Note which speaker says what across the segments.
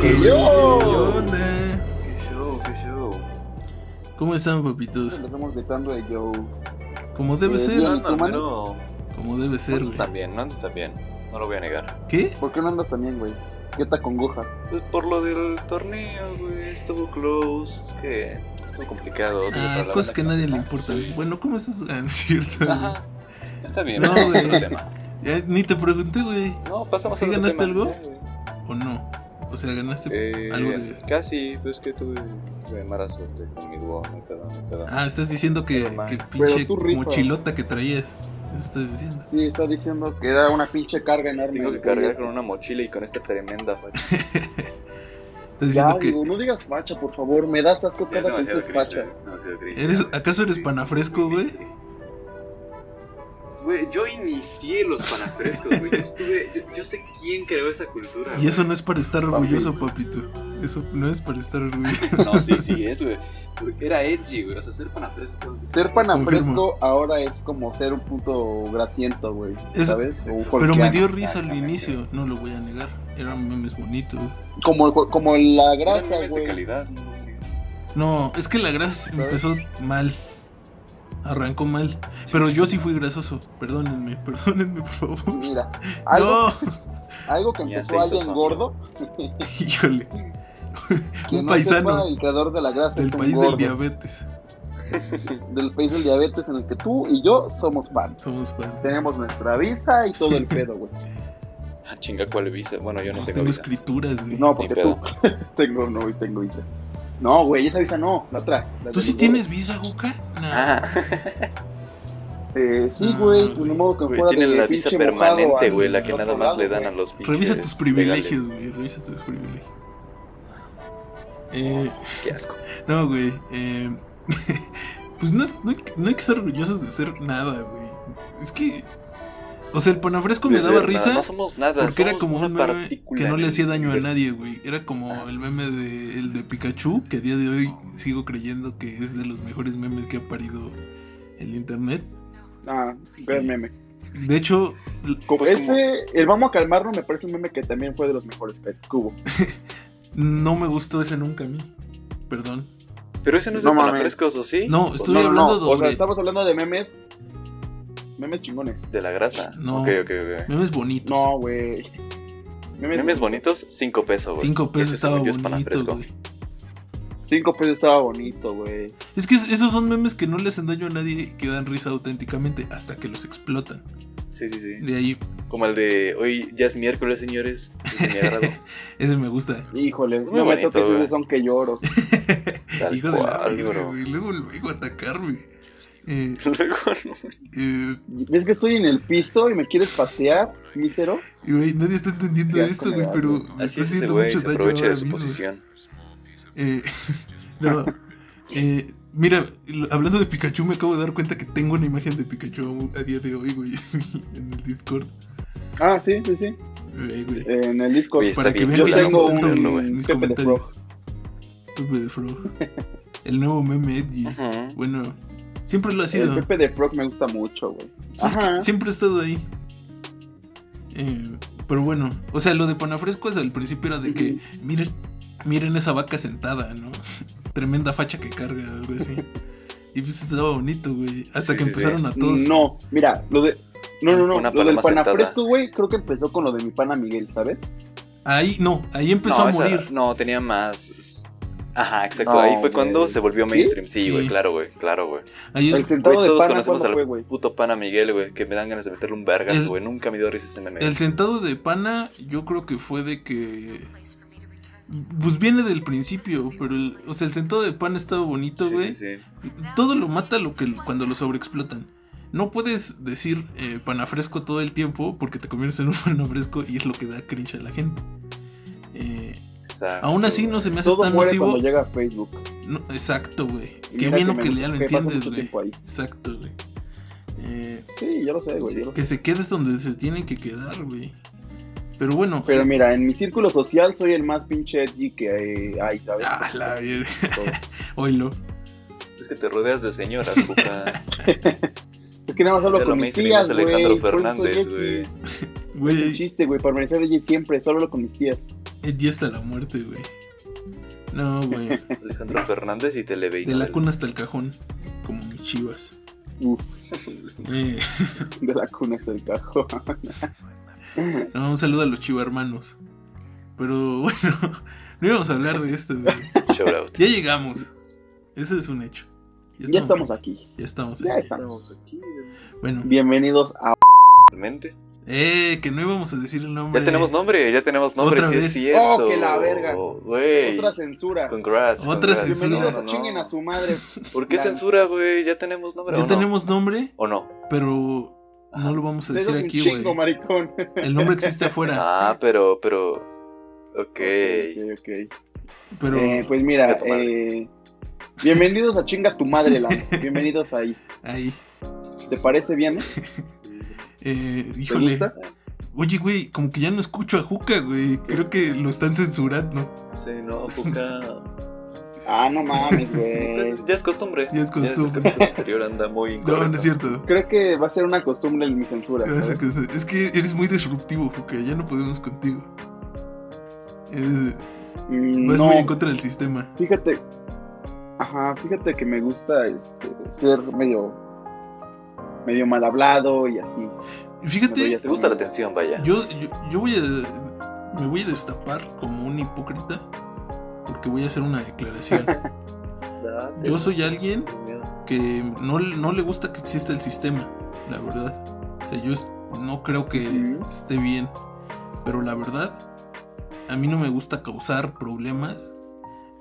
Speaker 1: ¿Qué
Speaker 2: yo?
Speaker 1: onda?
Speaker 3: ¿Qué show? ¿Qué show?
Speaker 1: ¿Cómo están, papitos?
Speaker 3: Estamos gritando de Joe.
Speaker 1: Como debe
Speaker 3: Eh,
Speaker 1: ser,
Speaker 3: bien.
Speaker 2: No, no, pero.
Speaker 1: como debe ser,
Speaker 2: Nando
Speaker 1: güey.
Speaker 2: también, Nando también. No lo voy a negar.
Speaker 1: ¿Qué?
Speaker 3: ¿Por qué no andas también, güey? ¿Qué te congoja?
Speaker 2: Pues por lo del torneo, güey. Estuvo close. Es que. Estuvo complicado. digo, para
Speaker 1: Ah,
Speaker 2: la
Speaker 1: cosas
Speaker 2: banda
Speaker 1: que a nadie le
Speaker 2: está.
Speaker 1: importan.
Speaker 2: Sí.
Speaker 1: Bueno, ¿cómo estás? Ah, no es cierto.
Speaker 2: Ajá. Está bien,
Speaker 1: No,
Speaker 2: no, pasamos a
Speaker 1: güey.
Speaker 2: otro tema.
Speaker 1: Ya ni te pregunté, güey.
Speaker 2: No, pasamos
Speaker 1: ¿Sí
Speaker 2: a otro
Speaker 1: ganaste
Speaker 2: tema.
Speaker 1: algo?
Speaker 2: Ya, güey.
Speaker 1: ¿O no? O sea, ganaste.
Speaker 2: Eh,
Speaker 1: Algo de-
Speaker 2: Casi, pues que tuve, tuve mala suerte con mi dúo, me quedo, me quedo.
Speaker 1: Ah, estás diciendo que,
Speaker 2: Normal.
Speaker 1: que pinche
Speaker 3: tú rifas.
Speaker 1: mochilota que traías. Eso estás diciendo.
Speaker 3: Sí, está diciendo que era una pinche carga enorme.
Speaker 2: Tengo que
Speaker 3: güey.
Speaker 2: cargar con una mochila y con esta tremenda facha.
Speaker 1: Estás
Speaker 3: Ya,
Speaker 1: diciendo que.
Speaker 3: digo, no digas facha, por favor. Me das asco
Speaker 2: Ya,
Speaker 3: cada vez que dices
Speaker 2: cringe,
Speaker 3: facha.
Speaker 2: es demasiado cringe.
Speaker 1: ¿Eres, ¿Acaso eres panafresco, güey?
Speaker 4: Güey, yo inicié los panafrescos, güey. Yo estuve. Yo, yo sé quién creó esa cultura.
Speaker 1: Y
Speaker 4: güey.
Speaker 1: eso no es para estar orgulloso, papito. Eso no es para estar orgulloso.
Speaker 2: No, sí, sí, es, güey. Porque Era edgy, güey. O sea, ser panafresco. tengo que
Speaker 3: Ser
Speaker 1: Confirmo.
Speaker 3: panafresco ahora es como ser un puto grasiento, güey.
Speaker 1: Es-
Speaker 3: ¿Sabes? O un
Speaker 1: Pero me
Speaker 3: jorqueano.
Speaker 1: dio risa al
Speaker 2: exactamente.
Speaker 1: inicio, no lo voy a negar. Eran memes bonitos.
Speaker 3: Como, como la
Speaker 2: Eran
Speaker 3: grasa,
Speaker 2: memes de
Speaker 3: güey.
Speaker 2: calidad.
Speaker 1: No, es que la grasa empezó mal. Arrancó mal. Pero yo sí fui grasoso. Perdónenme, perdónenme, por favor.
Speaker 3: Mira, algo,
Speaker 1: No,
Speaker 3: algo que
Speaker 2: Ni
Speaker 3: empezó alguien
Speaker 2: aceitos,
Speaker 3: gordo.
Speaker 1: híjole.
Speaker 3: que
Speaker 1: Un
Speaker 3: no sepa,
Speaker 1: paisano
Speaker 3: El creador de la grasa.
Speaker 1: del
Speaker 3: es un
Speaker 1: país del
Speaker 3: gordo.
Speaker 1: diabetes.
Speaker 3: del país del diabetes en el que tú y yo somos fans.
Speaker 1: Somos fans.
Speaker 3: Tenemos nuestra visa y todo el pedo, güey.
Speaker 2: Ah, chinga, ¿cuál visa? Bueno, yo no,
Speaker 1: No
Speaker 2: tengo
Speaker 1: Ah, tengo
Speaker 2: visa.
Speaker 1: escrituras, güey.
Speaker 3: No, porque
Speaker 2: Ni
Speaker 3: tú. tengo, no, y tengo visa. No, güey, esa visa no, la otra. la
Speaker 1: ¿Tú
Speaker 3: de
Speaker 1: sí
Speaker 3: los
Speaker 1: tienes visa, Guca? Nah.
Speaker 2: Ah,
Speaker 3: gordos. Eh, sí,
Speaker 1: Ah,
Speaker 3: güey,
Speaker 1: güey.
Speaker 3: ni modo que
Speaker 2: güey,
Speaker 3: fuera
Speaker 2: tienen
Speaker 3: de
Speaker 2: la visa
Speaker 3: pinche mojado
Speaker 2: permanente,
Speaker 3: al
Speaker 2: güey, la que
Speaker 3: otro
Speaker 2: nada más
Speaker 3: lado,
Speaker 2: le dan a
Speaker 3: güey.
Speaker 2: los pinches
Speaker 1: Revisa tus
Speaker 2: legales.
Speaker 1: privilegios, güey. Revisa tus privilegios. Eh,
Speaker 2: Qué asco.
Speaker 1: no, güey. eh, pues no, es- no hay, no hay que ser orgullosos de ser nada, güey. Es que. O sea, el panafresco me
Speaker 2: De
Speaker 1: daba
Speaker 2: ser nada,
Speaker 1: risa.
Speaker 2: No somos nada.
Speaker 1: Porque era
Speaker 2: somos
Speaker 1: como
Speaker 2: una
Speaker 1: un meme
Speaker 2: partícula
Speaker 1: que no
Speaker 2: en
Speaker 1: le
Speaker 2: el
Speaker 1: hacía daño a
Speaker 2: universo. Ah,
Speaker 1: nadie, güey. Era como el meme de el de Pikachu, que a día de hoy sigo creyendo que es de los mejores memes que ha parido el internet.
Speaker 3: Ah, gran meme.
Speaker 1: De hecho, l-
Speaker 3: Como
Speaker 2: Pues
Speaker 3: ese, el vamos a calmarnos, me parece un meme que también fue de los mejores que hubo.
Speaker 1: no me gustó ese nunca a mí. Perdón.
Speaker 2: Pero ese no es
Speaker 3: No
Speaker 2: de
Speaker 3: mames.
Speaker 2: panafrescos, ¿o sí?
Speaker 1: No, estoy
Speaker 3: no,
Speaker 1: hablando
Speaker 3: no, o sea,
Speaker 1: de
Speaker 3: estamos hablando de memes. Memes chingones.
Speaker 2: De la grasa.
Speaker 1: No.
Speaker 2: Ok, ok, ok.
Speaker 1: memes bonitos.
Speaker 3: No, güey.
Speaker 2: Memes bonitos, 5 pesos, güey.
Speaker 1: Cinco pesos
Speaker 2: Ese,
Speaker 1: estaba
Speaker 2: según yo, es
Speaker 1: bonito,
Speaker 2: panafresco.
Speaker 1: güey.
Speaker 3: Cinco pesos estaba bonito, güey.
Speaker 1: Es que es- esos son memes que no le hacen daño a nadie y que dan risa auténticamente hasta que los explotan.
Speaker 2: Sí, sí, sí.
Speaker 1: De ahí,
Speaker 2: Como el de hoy ya es miércoles, señores. Es mi agrado.
Speaker 1: ese me gusta.
Speaker 3: Híjole,
Speaker 2: Muy
Speaker 3: no me
Speaker 2: bonito,
Speaker 3: toques
Speaker 2: güey.
Speaker 3: ese son que lloros.
Speaker 2: Tal
Speaker 1: Hijo de la
Speaker 2: cual,
Speaker 1: verga,
Speaker 2: bro.
Speaker 1: güey. Luego, luego atacarme. Eh,
Speaker 2: Luego, no.
Speaker 1: eh,
Speaker 3: ¿Ves que estoy en el piso y me quieres pasear, mísero?
Speaker 1: Y, güey, nadie está entendiendo
Speaker 3: Qué asco
Speaker 1: esto,
Speaker 3: me
Speaker 1: güey,
Speaker 3: da,
Speaker 1: pero
Speaker 3: güey.
Speaker 2: Así
Speaker 1: me está
Speaker 2: es ese
Speaker 1: haciendo
Speaker 2: güey,
Speaker 1: mucho
Speaker 2: se
Speaker 1: daño.
Speaker 2: aprovecha
Speaker 1: ahora
Speaker 2: de su
Speaker 1: mismo.
Speaker 2: posición.
Speaker 1: Eh, no. eh, mira, l- hablando de Pikachu, me acabo de dar cuenta que tengo una imagen de Pikachu a a día de hoy, güey, en el Discord.
Speaker 3: Ah, sí, sí, sí.
Speaker 1: Güey, güey.
Speaker 3: En el disco.
Speaker 2: Oye,
Speaker 1: Para
Speaker 2: está
Speaker 1: que
Speaker 2: bien
Speaker 1: vean que
Speaker 3: yo
Speaker 1: ya
Speaker 2: chulado,
Speaker 1: no
Speaker 3: tengo
Speaker 1: están
Speaker 2: güey, no,
Speaker 1: tanto mis,
Speaker 3: un
Speaker 2: güey.
Speaker 1: mis
Speaker 3: Pepe de
Speaker 1: comentarios. Pepe de Frog. El nuevo meme Edgy.
Speaker 2: Ujú.
Speaker 1: Bueno, siempre lo ha
Speaker 3: El
Speaker 1: sido.
Speaker 3: Pepe de Frog me gusta mucho, güey.
Speaker 1: Es que
Speaker 3: Ajá.
Speaker 1: siempre he estado ahí. Eh, pero bueno, o sea, lo de Panafresco es al principio era de que, miren, miren esa vaca sentada, ¿no? Tremenda facha que carga, algo así. Y pues estaba bonito, güey. Hasta
Speaker 2: Sí,
Speaker 1: que
Speaker 2: sí,
Speaker 1: empezaron a todos.
Speaker 3: No, mira, lo de. No, no, no.
Speaker 2: Una
Speaker 3: Lo del
Speaker 2: paloma sentada.
Speaker 3: panafresco, güey, creo que empezó con lo de mi pana Miguel, ¿sabes?
Speaker 1: Ahí, no, ahí empezó
Speaker 2: no,
Speaker 1: a
Speaker 2: esa-
Speaker 1: morir.
Speaker 2: no, tenía más. es- Ajá, exacto.
Speaker 3: No,
Speaker 2: Ahí fue
Speaker 3: güey.
Speaker 2: cuando se volvió
Speaker 3: ¿Sí?
Speaker 2: mainstream. Sí,
Speaker 1: Sí.
Speaker 2: güey, claro, güey, claro, güey.
Speaker 1: Ahí
Speaker 3: El
Speaker 1: es,
Speaker 3: sentado
Speaker 2: Güey,
Speaker 3: de
Speaker 2: todos
Speaker 3: pana,
Speaker 2: conocemos
Speaker 3: ¿cuándo
Speaker 2: al-
Speaker 3: fue, güey?
Speaker 2: Puto pana Miguel, güey, que me dan ganas de meterle un vergas,
Speaker 1: El-
Speaker 2: güey. Nunca me dio risa ese meme.
Speaker 1: el sentado de pana, yo creo que fue de que. Pues viene del principio, pero el, o sea, el sentado de pana estaba bonito,
Speaker 2: Sí,
Speaker 1: güey.
Speaker 2: sí, sí.
Speaker 1: Todo lo mata lo que cuando lo sobreexplotan. No puedes decir eh, panafresco todo el tiempo porque te conviertes en un panafresco y es lo que da cringe a la gente. Eh,
Speaker 2: Exacto,
Speaker 1: aún así
Speaker 2: güey.
Speaker 1: no se me hace
Speaker 3: Todo
Speaker 1: tan
Speaker 3: muere
Speaker 1: nocivo.
Speaker 3: cuando llega a Facebook.
Speaker 1: No, exacto, güey.
Speaker 3: Y
Speaker 1: Qué
Speaker 3: mira
Speaker 1: bueno
Speaker 3: me
Speaker 1: que,
Speaker 3: gusta-
Speaker 1: ya lo
Speaker 3: paso
Speaker 1: entiendes,
Speaker 3: mucho
Speaker 1: güey.
Speaker 3: tiempo ahí.
Speaker 1: Exacto, güey. Eh,
Speaker 3: Sí, yo lo sé, güey.
Speaker 2: Sí.
Speaker 3: yo lo sé.
Speaker 1: que se quede donde se tiene que quedar, güey. Pero bueno.
Speaker 3: Pero
Speaker 1: eh,
Speaker 3: mira, en mi círculo social soy el más pinche edgy que eh, hay, ¿sabes?
Speaker 1: ah, la vir-
Speaker 3: Todo.
Speaker 1: Oilo.
Speaker 2: Es que te rodeas de señoras, puta.
Speaker 3: Es que nada más hablo
Speaker 2: Ya lo
Speaker 3: con mis
Speaker 2: mainstream
Speaker 3: tías,
Speaker 2: es
Speaker 3: güey.
Speaker 2: Alejandro
Speaker 3: por eso soy
Speaker 2: Fernández,
Speaker 3: edgy.
Speaker 2: güey.
Speaker 3: Es un
Speaker 1: Güey,
Speaker 3: chiste, güey, para permanecer allí siempre, solo hablo con mis tías.
Speaker 1: Eddie hasta la muerte, güey. No, güey.
Speaker 2: Alejandro Fernández y Televeida.
Speaker 1: De la cuna hasta el cajón. Como mis chivas.
Speaker 3: Uf,
Speaker 1: Eh,
Speaker 3: de la cuna hasta el cajón.
Speaker 1: no, un saludo a los chivarmanos. Pero bueno, no íbamos a hablar de esto, güey.
Speaker 2: Shout out.
Speaker 1: Ya llegamos. Ese es un hecho.
Speaker 3: Ya estamos aquí.
Speaker 1: Ya estamos
Speaker 3: Ya
Speaker 1: aquí.
Speaker 3: estamos.
Speaker 4: aquí.
Speaker 1: Bueno,
Speaker 3: Bienvenidos a.
Speaker 2: Realmente.
Speaker 1: eh, que no íbamos a decir el nombre.
Speaker 2: Ya tenemos nombre, ya tenemos nombre,
Speaker 1: Otra
Speaker 2: sí
Speaker 1: vez.
Speaker 2: es cierto.
Speaker 3: Oh, que la verga.
Speaker 2: Güey.
Speaker 3: Otra censura.
Speaker 2: Congrats.
Speaker 1: Otra
Speaker 2: congrats.
Speaker 1: censura.
Speaker 3: Bienvenidos
Speaker 2: No,
Speaker 3: a
Speaker 2: no.
Speaker 3: chinguen a su madre.
Speaker 2: ¿Por qué
Speaker 3: La-
Speaker 2: censura, güey? Ya tenemos nombre.
Speaker 1: Ya
Speaker 2: ¿o
Speaker 1: tenemos nombre,
Speaker 2: No? ¿O no?
Speaker 1: pero no lo vamos a
Speaker 3: Dedos
Speaker 1: decir
Speaker 3: un
Speaker 1: aquí,
Speaker 3: chingo,
Speaker 1: güey.
Speaker 3: maricón.
Speaker 1: El nombre existe afuera,
Speaker 2: Ah, pero, pero. Ok.
Speaker 3: Ok, ok.
Speaker 1: pero
Speaker 3: Eh, pues mira,
Speaker 2: Chinga tu madre.
Speaker 3: eh, bienvenidos a chinga tu madre, Lalo. Bienvenidos ahí.
Speaker 1: ahí.
Speaker 3: ¿Te parece bien?
Speaker 1: Eh,
Speaker 3: ¿Te
Speaker 1: híjole.
Speaker 3: gusta?
Speaker 1: Oye, güey, como que ya no escucho a Juca, güey. Creo que lo están censurando.
Speaker 2: Sí, no, poca.
Speaker 3: Ah, no mames, güey.
Speaker 2: Ya es costumbre.
Speaker 1: Ya es costumbre.
Speaker 2: Ya el capítulo anterior anda muy
Speaker 1: No,
Speaker 2: incorrecto.
Speaker 1: no es cierto.
Speaker 3: Creo que va a ser una costumbre en mi censura. ¿sabes?
Speaker 1: Es que eres muy disruptivo, Juca. Ya no podemos contigo. Eh,
Speaker 3: Mm,
Speaker 1: vas
Speaker 3: No,
Speaker 1: muy en contra del sistema.
Speaker 3: fíjate. Ajá, fíjate que me gusta este, ser medio. medio mal hablado y así.
Speaker 1: Y
Speaker 3: Me voy
Speaker 1: Fíjate,
Speaker 3: a-
Speaker 2: Te gusta la atención, vaya.
Speaker 1: yo, yo, yo voy a. Me voy a destapar como un hipócrita. Porque voy a hacer una declaración.
Speaker 2: Date,
Speaker 1: Yo soy alguien
Speaker 2: no, miedo.
Speaker 1: que no, le- no le gusta que exista el sistema, la verdad. O sea, yo es- no creo que
Speaker 3: Ujú.
Speaker 1: esté bien, pero la verdad, a mí no me gusta causar problemas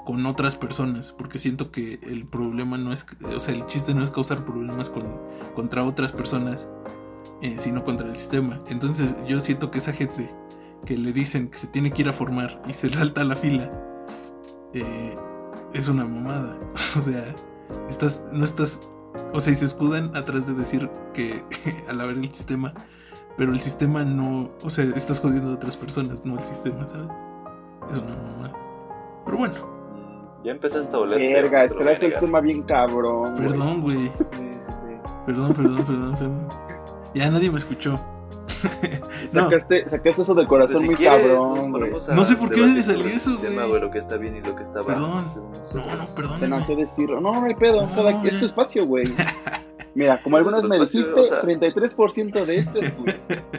Speaker 1: con otras personas, porque siento que el problema no es, o sea, el chiste no es causar problemas con- contra otras personas, eh, sino contra el sistema. Entonces yo siento que esa gente que le dicen que se tiene que ir a formar y se salta a la fila, eh, es una mamada. O sea, estás, no estás, o sea, y se escudan atrás de decir que al haber el sistema, pero el sistema no, o sea, estás jodiendo a otras personas, no el sistema, ¿sabes? Es una mamada. Pero bueno,
Speaker 2: Ya empezaste a oler.
Speaker 3: Verga,
Speaker 2: pero- pero
Speaker 3: esperaste el
Speaker 2: verga.
Speaker 3: tema bien cabrón. güey.
Speaker 1: perdón, güey.
Speaker 2: Sí,
Speaker 1: Perdón, perdón, perdón, perdón. Ya nadie me escuchó. No.
Speaker 3: Sacaste, sacaste eso
Speaker 2: sí,
Speaker 3: del
Speaker 2: sí.
Speaker 3: corazón
Speaker 2: Si
Speaker 3: muy
Speaker 2: quieres, nos
Speaker 3: cabrón. güey.
Speaker 2: ponemos a
Speaker 1: No sé por qué
Speaker 2: debatir
Speaker 1: me
Speaker 2: sobre
Speaker 1: salió
Speaker 2: el
Speaker 1: eso,
Speaker 2: sistema,
Speaker 1: güey.
Speaker 2: güey, Lo que está bien y lo que está mal.
Speaker 1: Perdón.
Speaker 2: según nosotros.
Speaker 1: No, no,
Speaker 3: Te
Speaker 1: perdónenme.
Speaker 3: nació decir, no, no hay pedo,
Speaker 1: No,
Speaker 3: cada-
Speaker 1: ya.
Speaker 3: es tu espacio, güey. Mira, como
Speaker 2: Sí,
Speaker 3: alguna
Speaker 2: es
Speaker 3: vez
Speaker 2: tu
Speaker 3: me
Speaker 2: espacio,
Speaker 3: dijiste,
Speaker 2: o sea.
Speaker 3: 33% de esto es tuyo.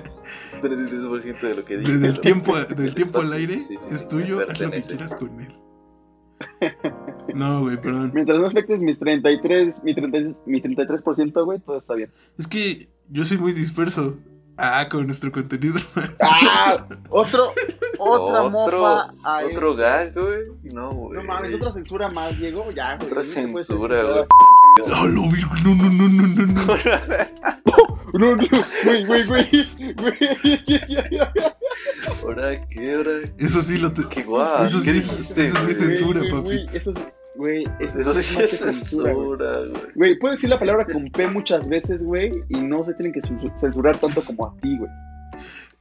Speaker 2: 33% de lo que dije.
Speaker 1: Desde el
Speaker 2: ¿no?
Speaker 1: tiempo,
Speaker 2: Del
Speaker 1: del tiempo al
Speaker 2: espacio,
Speaker 1: aire
Speaker 2: sí, sí, sí,
Speaker 1: es tuyo, haz lo que
Speaker 2: pertenece.
Speaker 1: quieras con él. No, güey, perdón.
Speaker 3: Mientras no afectes mis 33, mi 33, mi 33%, güey, todo está bien.
Speaker 1: Es que yo soy muy disperso. Ah, con nuestro contenido.
Speaker 3: ¡Ah! Otro, otra
Speaker 2: Otro-
Speaker 3: mofa a él.
Speaker 2: Otro gag, güey. No, güey.
Speaker 3: No mames, otra censura más, Diego, ya, güey.
Speaker 2: Otra
Speaker 3: no se puede
Speaker 2: censura,
Speaker 3: censurar.
Speaker 2: güey.
Speaker 1: ¡Ah, la virgen! No, no, no, no, no, no.
Speaker 3: No, no, güey, güey, güey. güey.
Speaker 2: Ahora qué, ahora
Speaker 1: Eso sí lo te...
Speaker 2: qué guau.
Speaker 1: Eso
Speaker 2: Ah, ¿Qué
Speaker 1: sí-
Speaker 2: dijiste,
Speaker 1: eso sí
Speaker 2: güey?
Speaker 1: es censura,
Speaker 3: Güey, güey,
Speaker 1: papito.
Speaker 3: Eso es, güey, eso,
Speaker 2: Eso
Speaker 3: es
Speaker 2: sí
Speaker 3: más que
Speaker 2: es
Speaker 3: censura, güey.
Speaker 2: censura, güey.
Speaker 3: Güey, puedes decir la palabra con P muchas veces, güey, y no se tienen que censu- censurar tanto como a ti, güey.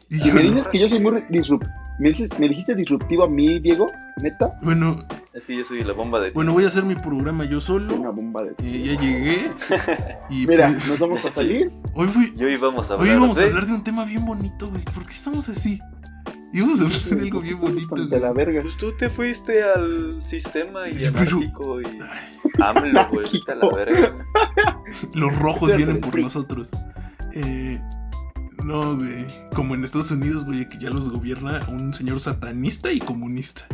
Speaker 1: Y
Speaker 3: Y
Speaker 1: yo-
Speaker 3: me dices que yo soy muy disruptivo. ¿Me, dices- me dijiste disruptivo a mí, Diego? ¿Neta?
Speaker 1: Bueno,
Speaker 2: Es que yo soy la bomba de ti.
Speaker 1: bueno, voy a hacer mi programa yo
Speaker 3: Una
Speaker 1: solo.
Speaker 3: bomba de...
Speaker 1: Eh, ya llegué. Y
Speaker 3: Mira,
Speaker 1: pues,
Speaker 3: nos vamos a salir.
Speaker 1: hoy, fui-
Speaker 2: Y hoy vamos a
Speaker 1: hoy
Speaker 2: hablar.
Speaker 1: íbamos a
Speaker 2: de-
Speaker 1: hablar de un tema bien bonito, güey. ¿Por qué estamos así? Íbamos a hablar de algo bien bonito,
Speaker 3: Ponte la
Speaker 1: güey.
Speaker 3: verga.
Speaker 2: Pues tú te fuiste al sistema y
Speaker 1: Sí, pero-
Speaker 2: anárquico y. AMLO, güey. vete a la verga. güey.
Speaker 1: Los rojos
Speaker 3: Cierto,
Speaker 1: vienen por
Speaker 3: sí.
Speaker 1: nosotros. Eh, no, güey. Como en Estados Unidos, güey, que ya los gobierna un señor satanista y comunista.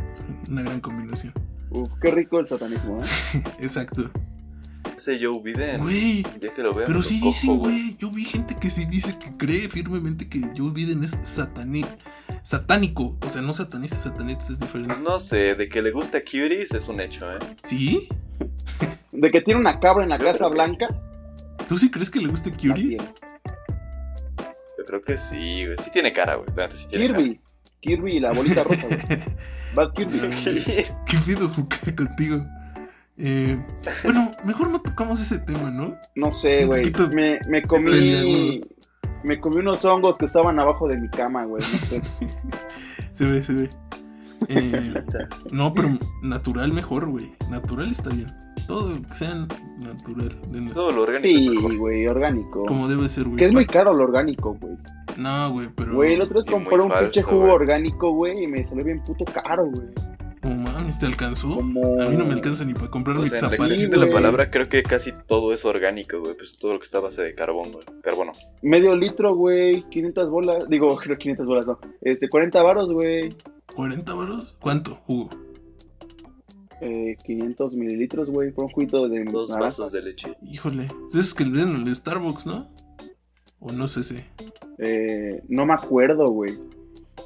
Speaker 1: Una gran combinación.
Speaker 3: Uf, qué rico el satanismo, ¿eh?
Speaker 1: Exacto.
Speaker 2: Ese Joe Biden.
Speaker 1: Güey,
Speaker 2: Ya que lo veo.
Speaker 1: Pero
Speaker 2: lo
Speaker 1: sí
Speaker 2: cojo,
Speaker 1: dicen, güey. Yo vi gente que sí dice que cree firmemente que Joe Biden es sataní- satánico. O sea, no satanista, satanista es diferente.
Speaker 2: No sé, de que le gusta Cuties es un hecho, ¿eh?
Speaker 1: ¿Sí?
Speaker 3: De que tiene una cabra en la
Speaker 2: Yo
Speaker 3: Casa
Speaker 2: creo que
Speaker 3: Blanca.
Speaker 1: ¿Tú sí crees que le gusta
Speaker 3: la
Speaker 1: Curies?
Speaker 3: tiene.
Speaker 2: Yo creo que sí, güey. Sí tiene cara, güey. la neta, Sí tiene
Speaker 3: Kirby. Kirby y la bolita rosa, güey. Bad Kirby.
Speaker 2: cara.
Speaker 1: ¿Qué pido jugar contigo? Eh, bueno, mejor no tocamos ese tema, ¿no?
Speaker 3: No sé, güey.
Speaker 1: Poquito
Speaker 3: Me, me comí...
Speaker 1: pendejo.
Speaker 3: Me comí unos hongos que estaban abajo de mi cama, güey. No sé.
Speaker 1: Se ve, se ve. Eh, no, pero natural mejor, güey. Natural está bien. Todo lo que sea natural. de na-
Speaker 2: Todo lo orgánico. es
Speaker 3: Sí,
Speaker 2: mejor.
Speaker 3: güey, orgánico.
Speaker 1: como debe ser, güey.
Speaker 3: Que es muy caro lo orgánico, güey.
Speaker 1: No, güey, pero.
Speaker 3: Güey, el otro es
Speaker 2: Y
Speaker 3: comprar
Speaker 2: muy
Speaker 3: un pinche
Speaker 2: falso,
Speaker 3: jugo
Speaker 2: güey.
Speaker 3: orgánico, güey, y me salió bien puto caro, güey.
Speaker 1: No mames, ¿te alcanzó?
Speaker 3: Como-
Speaker 1: A mí no me alcanza ni para comprar
Speaker 2: O
Speaker 1: mis
Speaker 2: sea, Pues en la
Speaker 1: zapatos.
Speaker 2: extensión
Speaker 1: y
Speaker 2: de la
Speaker 1: todo.
Speaker 3: güey.
Speaker 2: palabra, creo que casi todo es orgánico, güey. Pues todo lo que está a base de carbón, güey. Carbono.
Speaker 3: Medio litro, güey, 500 bolas. Digo, creo 500 bolas, no. Este, 40 varos, güey.
Speaker 1: ¿40 varos? ¿Cuánto? Jugo.
Speaker 3: Eh, 500 mililitros, güey, por un juguito de
Speaker 4: Dos
Speaker 3: naranja.
Speaker 4: vasos de leche.
Speaker 1: Híjole. Eso es que le en el Starbucks, ¿no? O no sé si.
Speaker 3: Eh, no me acuerdo, güey.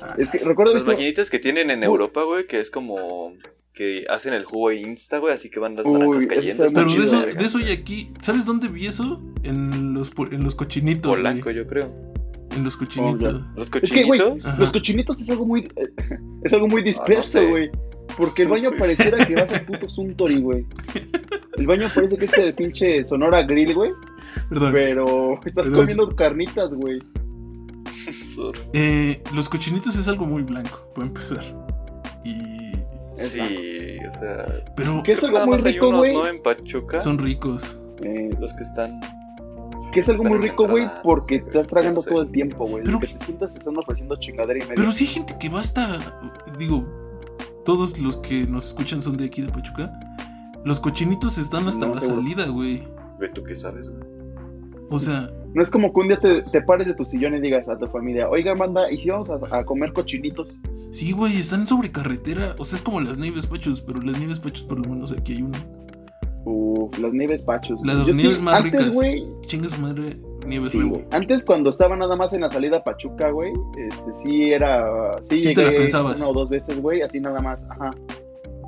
Speaker 1: Ah,
Speaker 3: Es que recuerdo
Speaker 2: Las
Speaker 3: eso.
Speaker 2: maquinitas que tienen en
Speaker 3: Uy.
Speaker 2: Europa, güey, que es como que hacen el jugo insta, güey, así que van las
Speaker 3: Uy,
Speaker 2: naranjas
Speaker 3: eso
Speaker 2: cayendo.
Speaker 3: está
Speaker 2: Está
Speaker 1: Pero
Speaker 3: muy
Speaker 1: de
Speaker 2: chido,
Speaker 1: eso,
Speaker 3: chido,
Speaker 2: güey.
Speaker 1: de eso y aquí. ¿Sabes dónde vi eso? En los, pu- en los cochinitos, güey.
Speaker 2: Polanco, yo creo.
Speaker 1: En los cochinitos.
Speaker 3: Oh,
Speaker 2: Los
Speaker 3: Es que, güey,
Speaker 2: cochinitos. Ah,
Speaker 1: Ajá.
Speaker 3: los cochinitos es algo muy, eh, es algo muy disperso,
Speaker 2: sé.
Speaker 3: güey. Porque el baño
Speaker 2: Sí, sí.
Speaker 3: pareciera que vas al puto Suntory, güey. El baño parece que es el pinche Sonora Grill, güey.
Speaker 1: Perdón.
Speaker 3: Pero estás
Speaker 1: Perdón.
Speaker 3: comiendo carnitas, güey.
Speaker 2: Sur.
Speaker 1: Eh, los cochinitos es algo muy blanco, para empezar. Y.
Speaker 2: sí, o sea.
Speaker 1: Pero
Speaker 3: ¿Qué es
Speaker 2: creo que
Speaker 3: algo
Speaker 2: nada
Speaker 3: muy
Speaker 2: más hay
Speaker 3: rico,
Speaker 2: unos,
Speaker 3: güey?
Speaker 2: ¿no? En Pachuca.
Speaker 1: son ricos.
Speaker 3: Eh,
Speaker 2: Los que están.
Speaker 3: que es algo
Speaker 2: Están
Speaker 3: muy rico, güey,
Speaker 2: entradas,
Speaker 3: porque
Speaker 2: güey,
Speaker 3: te estás tragando
Speaker 2: no sé.
Speaker 3: todo el tiempo, güey.
Speaker 1: Pero-
Speaker 3: Lo que te sientas te están ofreciendo chingadera y media.
Speaker 1: Pero sí hay gente que va hasta. Digo, todos los que nos escuchan son de aquí de Pachuca. Los cochinitos están hasta
Speaker 3: No,
Speaker 1: la
Speaker 3: seguro.
Speaker 1: salida, güey.
Speaker 2: Ve tú qué sabes, güey.
Speaker 1: O sea,
Speaker 3: No es como que un día te, te pares de tu sillón y digas a tu familia, oiga, manda, ¿y si vamos a, a comer cochinitos?
Speaker 1: sí, güey, están sobre carretera. O sea, es como las nieves pachos, pero las nieves pachos por lo menos aquí hay una.
Speaker 3: Uf, las nieves pachos.
Speaker 1: Las
Speaker 3: güey. Yo
Speaker 1: nieves más
Speaker 3: antes,
Speaker 1: ricas.
Speaker 3: güey,
Speaker 1: Chinga su madre, nieves
Speaker 3: sí,
Speaker 1: rebo.
Speaker 3: güey. Antes cuando estaba nada más en la salida a Pachuca, güey, este sí era, sí,
Speaker 1: Sí te la
Speaker 3: llegué
Speaker 1: pensabas.
Speaker 3: una o dos veces, güey, así nada más, ajá.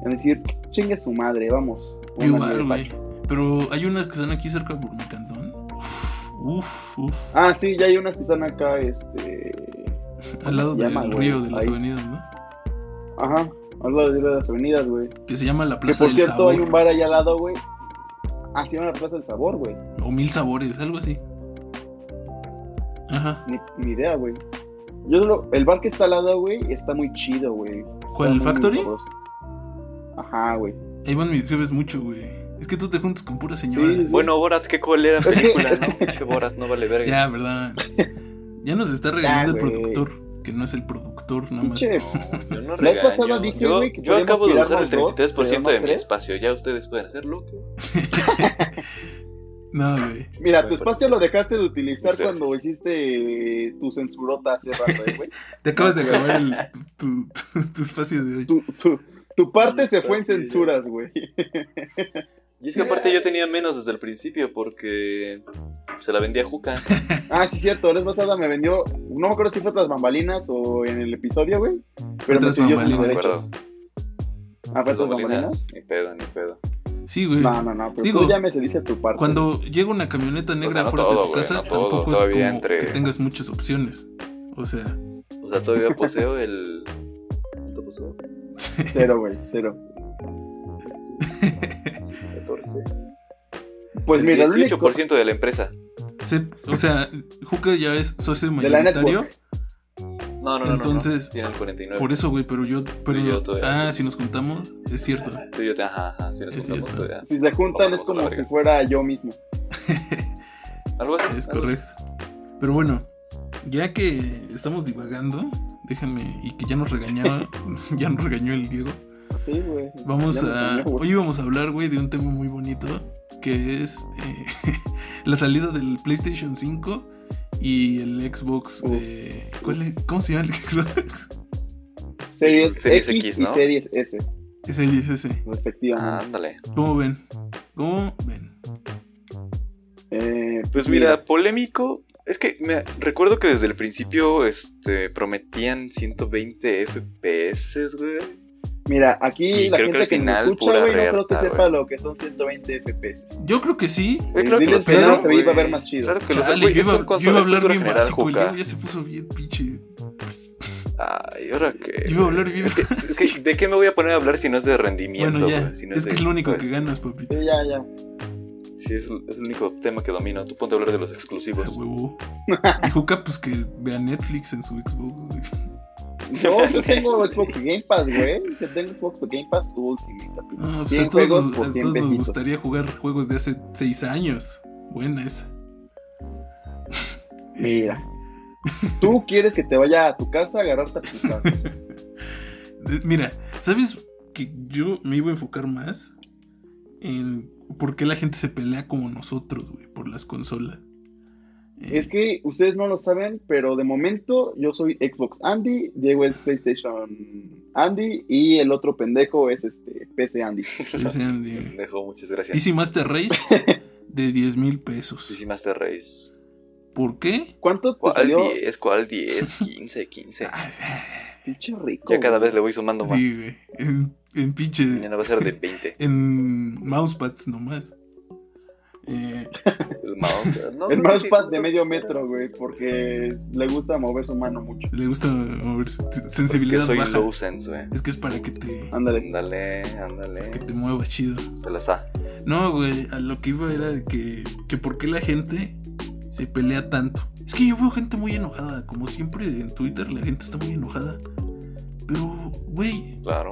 Speaker 3: A decir, chingue su madre, vamos.
Speaker 1: Yo
Speaker 3: una
Speaker 1: Igual,
Speaker 3: nieve
Speaker 1: güey.
Speaker 3: pacho.
Speaker 1: Pero hay unas que están aquí cerca por mi cantón. Uf, uf, uf.
Speaker 3: Ah, sí, ya hay unas que están acá, este,
Speaker 1: Al lado
Speaker 3: se
Speaker 1: del
Speaker 3: llama, güey?
Speaker 1: río de las
Speaker 3: Ahí.
Speaker 1: avenidas, ¿no?
Speaker 3: ajá, al lado de las avenidas, güey.
Speaker 1: Que se llama la
Speaker 3: Que
Speaker 1: Plaza
Speaker 3: por
Speaker 1: del
Speaker 3: cierto
Speaker 1: Sabor.
Speaker 3: hay un bar allá al lado, güey. Ah, sí, una plaza del sabor, güey.
Speaker 1: O mil sabores, algo así. Ajá.
Speaker 3: Ni, ni idea, güey. Yo solo, el bar que está al lado, güey, está muy chido, güey. Está
Speaker 1: ¿Cuál, el
Speaker 3: muy
Speaker 1: Factory?
Speaker 3: sabroso. Ajá, güey.
Speaker 1: Ahí van mis jefes mucho, güey. Es que tú te juntas con pura señora.
Speaker 3: Sí, sí, sí.
Speaker 2: Bueno, Borat, qué cólera
Speaker 3: que-
Speaker 2: película, ¿no? Pinche Borat, no vale verga.
Speaker 1: Ya, verdad. Ya nos está regalando
Speaker 3: Ya,
Speaker 1: el
Speaker 3: güey.
Speaker 1: productor, que no es el productor, nada más.
Speaker 3: Pinche,
Speaker 2: Yo no
Speaker 3: La vez
Speaker 2: regaño.
Speaker 3: pasada dije,
Speaker 2: yo,
Speaker 3: güey, que
Speaker 2: yo
Speaker 3: podíamos
Speaker 2: acabo de usar el
Speaker 3: tirarnos dos,
Speaker 2: 33% de
Speaker 3: pero no
Speaker 2: mi
Speaker 3: tres.
Speaker 2: espacio. Ya ustedes pueden hacerlo. güey.
Speaker 1: No, güey.
Speaker 3: mira, tu espacio lo dejaste de utilizar
Speaker 2: Sí,
Speaker 3: cuando
Speaker 2: sí, sí.
Speaker 3: hiciste eh, tu censurota hace rato, eh, güey.
Speaker 1: Te acabas de acabar el, tu, tu- tu espacio de hoy.
Speaker 3: tu, tu, tu parte se fue en
Speaker 2: Espacio,
Speaker 3: censuras, güey.
Speaker 2: Y es que aparte yo tenía menos desde el principio porque se la vendía a Juca.
Speaker 3: Ah, sí, cierto. La vez pasada me vendió, no me acuerdo si fue tras bambalinas o en el episodio, güey. Pero me
Speaker 1: Tras
Speaker 3: siguió sus
Speaker 2: No me
Speaker 1: Bambalinas.
Speaker 3: derechos.
Speaker 2: acuerdo.
Speaker 3: Ah, fue tras
Speaker 2: Las
Speaker 3: bambalinas.
Speaker 2: bambalinas, Ni pedo, ni pedo.
Speaker 1: Sí, güey.
Speaker 3: No, no, no, pero
Speaker 1: Digo,
Speaker 3: tú ya me dice tu parte.
Speaker 1: Cuando llega una camioneta negra
Speaker 2: sea, no
Speaker 1: fuera de
Speaker 2: todo,
Speaker 1: tu
Speaker 2: güey,
Speaker 1: casa,
Speaker 2: no todo,
Speaker 1: tampoco es como
Speaker 2: todavía entre-
Speaker 1: que tengas muchas opciones. O sea,
Speaker 2: O sea, todavía poseo el... ¿Cuánto poseo?
Speaker 3: Cero, güey, cero.
Speaker 2: 14.
Speaker 3: Pues
Speaker 2: El
Speaker 3: mira, el único
Speaker 2: 18% de la empresa.
Speaker 1: se- o sea, Juca ya es socio
Speaker 3: de la
Speaker 1: mayoritario.
Speaker 3: network.
Speaker 2: No, no, no, no,
Speaker 1: Entonces,
Speaker 2: no. Tiene el 49.
Speaker 1: Por eso, güey, pero yo. Pero,
Speaker 2: yo todavía.
Speaker 1: ah, si nos juntamos, es cierto.
Speaker 2: Tú y yo te... Ajá, ajá. Si nos
Speaker 1: Es
Speaker 2: juntamos
Speaker 1: cierto.
Speaker 2: todavía.
Speaker 3: Si se juntan es
Speaker 2: Vamos a la
Speaker 3: como
Speaker 2: verga.
Speaker 3: si fuera yo mismo.
Speaker 2: Algo así. algo así.
Speaker 1: Es correcto. Pero bueno, ya que estamos divagando, déjenme, y que ya nos regañaba, ya nos regañó el Diego.
Speaker 3: Sí, güey.
Speaker 1: Vamos
Speaker 3: Ya me
Speaker 1: a.
Speaker 3: cambió, güey.
Speaker 1: Hoy vamos a hablar, güey, de un tema muy bonito. Que es eh, la salida del PlayStation 5 y el Xbox
Speaker 3: Uf.
Speaker 1: de. ¿cuál es- ¿Cómo se llama el Xbox?
Speaker 3: Series,
Speaker 2: Series
Speaker 3: X,
Speaker 2: X, ¿no?
Speaker 3: y Series S,
Speaker 1: Es el ese.
Speaker 2: Ah,
Speaker 3: respectivamente.
Speaker 2: ándale.
Speaker 1: ¿Cómo ven? ¿Cómo ven?
Speaker 3: Eh,
Speaker 2: Pues mira, polémico. Es que me recuerdo que desde el principio este, prometían 120 FPS, güey.
Speaker 3: Mira, aquí
Speaker 2: Y
Speaker 3: la
Speaker 2: creo que
Speaker 3: gente
Speaker 2: al
Speaker 3: que,
Speaker 2: final,
Speaker 3: nos escucha,
Speaker 2: pura
Speaker 3: güey, no creo que
Speaker 2: reta,
Speaker 3: sepa lo que son 120 FPS.
Speaker 1: Yo creo que sí.
Speaker 2: Yo creo que
Speaker 3: Diles
Speaker 2: lo
Speaker 1: que nada,
Speaker 2: sé,
Speaker 1: se
Speaker 3: ve y va a
Speaker 2: güey.
Speaker 3: ver más chido.
Speaker 2: Claro que lo sé,
Speaker 1: Chale,
Speaker 2: güey.
Speaker 1: yo,
Speaker 2: Son
Speaker 1: iba, yo
Speaker 2: consolas
Speaker 1: iba a hablar
Speaker 2: cultura
Speaker 1: bien
Speaker 2: general,
Speaker 1: básico. El
Speaker 2: Juca.
Speaker 1: Diego ya se puso bien pinche.
Speaker 2: Ay, ahora que.
Speaker 1: Yo iba a hablar bien
Speaker 2: Es que- es que, ¿De qué me voy a poner a hablar si no es de rendimiento?
Speaker 1: Bueno, ya.
Speaker 2: güey? Si no
Speaker 1: Es que
Speaker 2: de-
Speaker 1: es lo único que
Speaker 2: pues,
Speaker 1: ganas, papito.
Speaker 3: Sí, ya, ya.
Speaker 2: Sí, es, es el único tema que domino. Tú ponte a hablar de los exclusivos.
Speaker 1: Ah, huevo. Y Juca, pues que vea Netflix en su Xbox, güey.
Speaker 3: Yo yo tengo Xbox Game Pass, güey. Yo tengo Xbox Game Pass Ultimate. papi.
Speaker 1: No, pues
Speaker 3: 100
Speaker 1: a todos,
Speaker 3: juegos
Speaker 1: nos,
Speaker 3: por
Speaker 1: a
Speaker 3: 100
Speaker 1: todos nos
Speaker 3: pesitos.
Speaker 1: gustaría jugar juegos de hace 6 años. Buena esa.
Speaker 3: Mira. Tú quieres que te vaya a tu casa a agarrarte a putazos.
Speaker 1: De- Eh, Mira, ¿sabes que yo me iba a enfocar más en por qué la gente se pelea como nosotros, güey, por las consolas? Eh,
Speaker 3: Es que ustedes no lo saben, pero de momento yo soy Xbox Andy, Diego es PlayStation Andy y el otro pendejo es este PC Andy.
Speaker 1: ese Andy.
Speaker 2: Pendejo, muchas gracias.
Speaker 1: Easy Master Race de 10 mil pesos.
Speaker 2: Easy Master Race.
Speaker 1: ¿Por qué?
Speaker 3: ¿Cuánto te
Speaker 2: ¿Cuál
Speaker 3: salió?
Speaker 2: 10? ¿Cuál 10? 15, 15.
Speaker 3: Pinche rico.
Speaker 2: Ya cada
Speaker 3: güey.
Speaker 2: vez le voy sumando más.
Speaker 1: Ah, Sí, güey. En, en pinche.
Speaker 2: Mañana va a ser de 20.
Speaker 1: En mousepads nomás. Eh,
Speaker 2: El mouse. no,
Speaker 3: El
Speaker 2: no,
Speaker 3: mousepad
Speaker 2: sí,
Speaker 3: de
Speaker 2: no,
Speaker 3: medio
Speaker 2: sí,
Speaker 3: metro, güey, porque le gusta mover su mano mucho.
Speaker 1: le gusta moverse. T-
Speaker 2: Que
Speaker 1: Sensibilidad
Speaker 2: soy
Speaker 1: baja.
Speaker 2: low Ah, sense, güey.
Speaker 1: Es que es para que te,
Speaker 3: Ándale.
Speaker 2: Ándale,
Speaker 1: que
Speaker 2: ándale.
Speaker 1: te muevas chido.
Speaker 2: Se las ha.
Speaker 1: No, güey, a lo que iba era de que, que por qué la gente se pelea tanto. Es que yo veo gente muy enojada, como siempre en Twitter la gente está muy enojada. Pero, güey,
Speaker 2: Claro.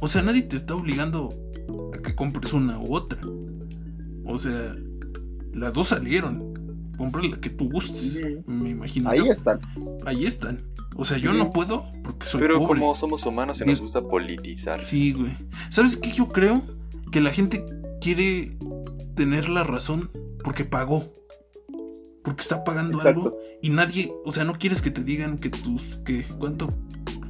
Speaker 1: o sea, nadie te está obligando a que compres una u otra. O sea, las dos salieron. Compra la que tú gustes,
Speaker 3: Ujú.
Speaker 1: me imagino.
Speaker 3: Ahí
Speaker 1: yo.
Speaker 3: están.
Speaker 1: Ahí están. O sea, yo no puedo porque soy
Speaker 2: Pero
Speaker 1: pobre.
Speaker 2: como somos humanos y nos gusta politizar.
Speaker 1: Sí, güey. ¿Sabes qué? Yo creo que la gente quiere tener la razón porque pagó. Porque está pagando
Speaker 3: Exacto.
Speaker 1: algo y nadie, o sea, no quieres que te digan que tus, que cuánto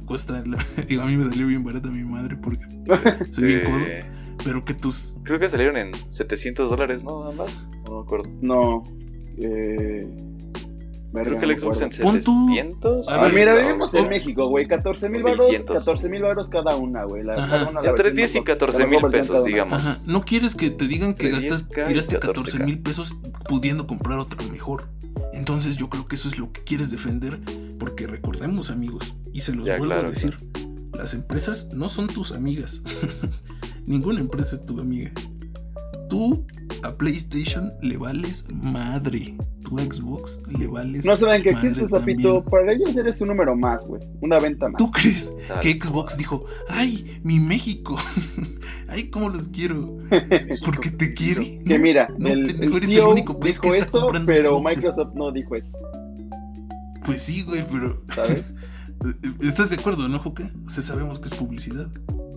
Speaker 1: cuesta. la- digo, a mí me salió bien barata mi madre porque soy bien
Speaker 2: Este,
Speaker 1: codo. Pero que tus,
Speaker 2: Creo que salieron en 700 dólares, ¿no? Ambas. No me acuerdo.
Speaker 3: No. Eh... verga,
Speaker 2: Creo que el
Speaker 3: no
Speaker 2: Xbox en
Speaker 3: acuerdo.
Speaker 1: Pon tú-
Speaker 2: 700.
Speaker 1: A
Speaker 3: Ah,
Speaker 1: ver,
Speaker 3: mira,
Speaker 2: no,
Speaker 3: vivimos
Speaker 2: no.
Speaker 3: en México, güey. 14 mil baros,
Speaker 2: 600.
Speaker 3: 14 mil baros cada una, güey. La,
Speaker 1: Pues Ajá.
Speaker 3: cada una Ah, la
Speaker 2: Entre
Speaker 3: versión
Speaker 2: 10 y
Speaker 3: más-
Speaker 2: 14
Speaker 3: la
Speaker 2: mil
Speaker 3: versión
Speaker 2: pesos,
Speaker 3: cada una.
Speaker 2: digamos.
Speaker 1: ajá, no quieres que te digan que
Speaker 2: De
Speaker 1: gastas,
Speaker 2: 10K y
Speaker 1: tiraste 14
Speaker 2: 14K.
Speaker 1: mil pesos pudiendo comprar otra mejor. Entonces yo creo que eso es lo que quieres defender, porque recordemos amigos, y se los
Speaker 2: Ya,
Speaker 1: vuelvo
Speaker 2: claro,
Speaker 1: a decir, las empresas no son tus amigas. Ninguna empresa es tu amiga. Tú a PlayStation le vales madre. Tu Xbox le vales.
Speaker 3: No saben que
Speaker 1: madre
Speaker 3: existes, papito.
Speaker 1: también.
Speaker 3: Para ellos eres un número más, güey. Una venta más.
Speaker 1: ¿Tú crees
Speaker 2: Tal
Speaker 1: que Xbox dijo, ay, mi México, ay, cómo los quiero? Porque te quiere.
Speaker 3: Que mira,
Speaker 1: No,
Speaker 3: el, el
Speaker 1: pendejo, eres el
Speaker 3: CEO
Speaker 1: único país que
Speaker 3: dijo
Speaker 1: está
Speaker 3: eso,
Speaker 1: comprando
Speaker 3: pero
Speaker 1: Xboxes.
Speaker 3: Microsoft no dijo eso,
Speaker 1: Pues sí, güey, pero
Speaker 3: ¿sabes?
Speaker 1: ¿estás de acuerdo, no, Juca? O sea, sabemos que es publicidad.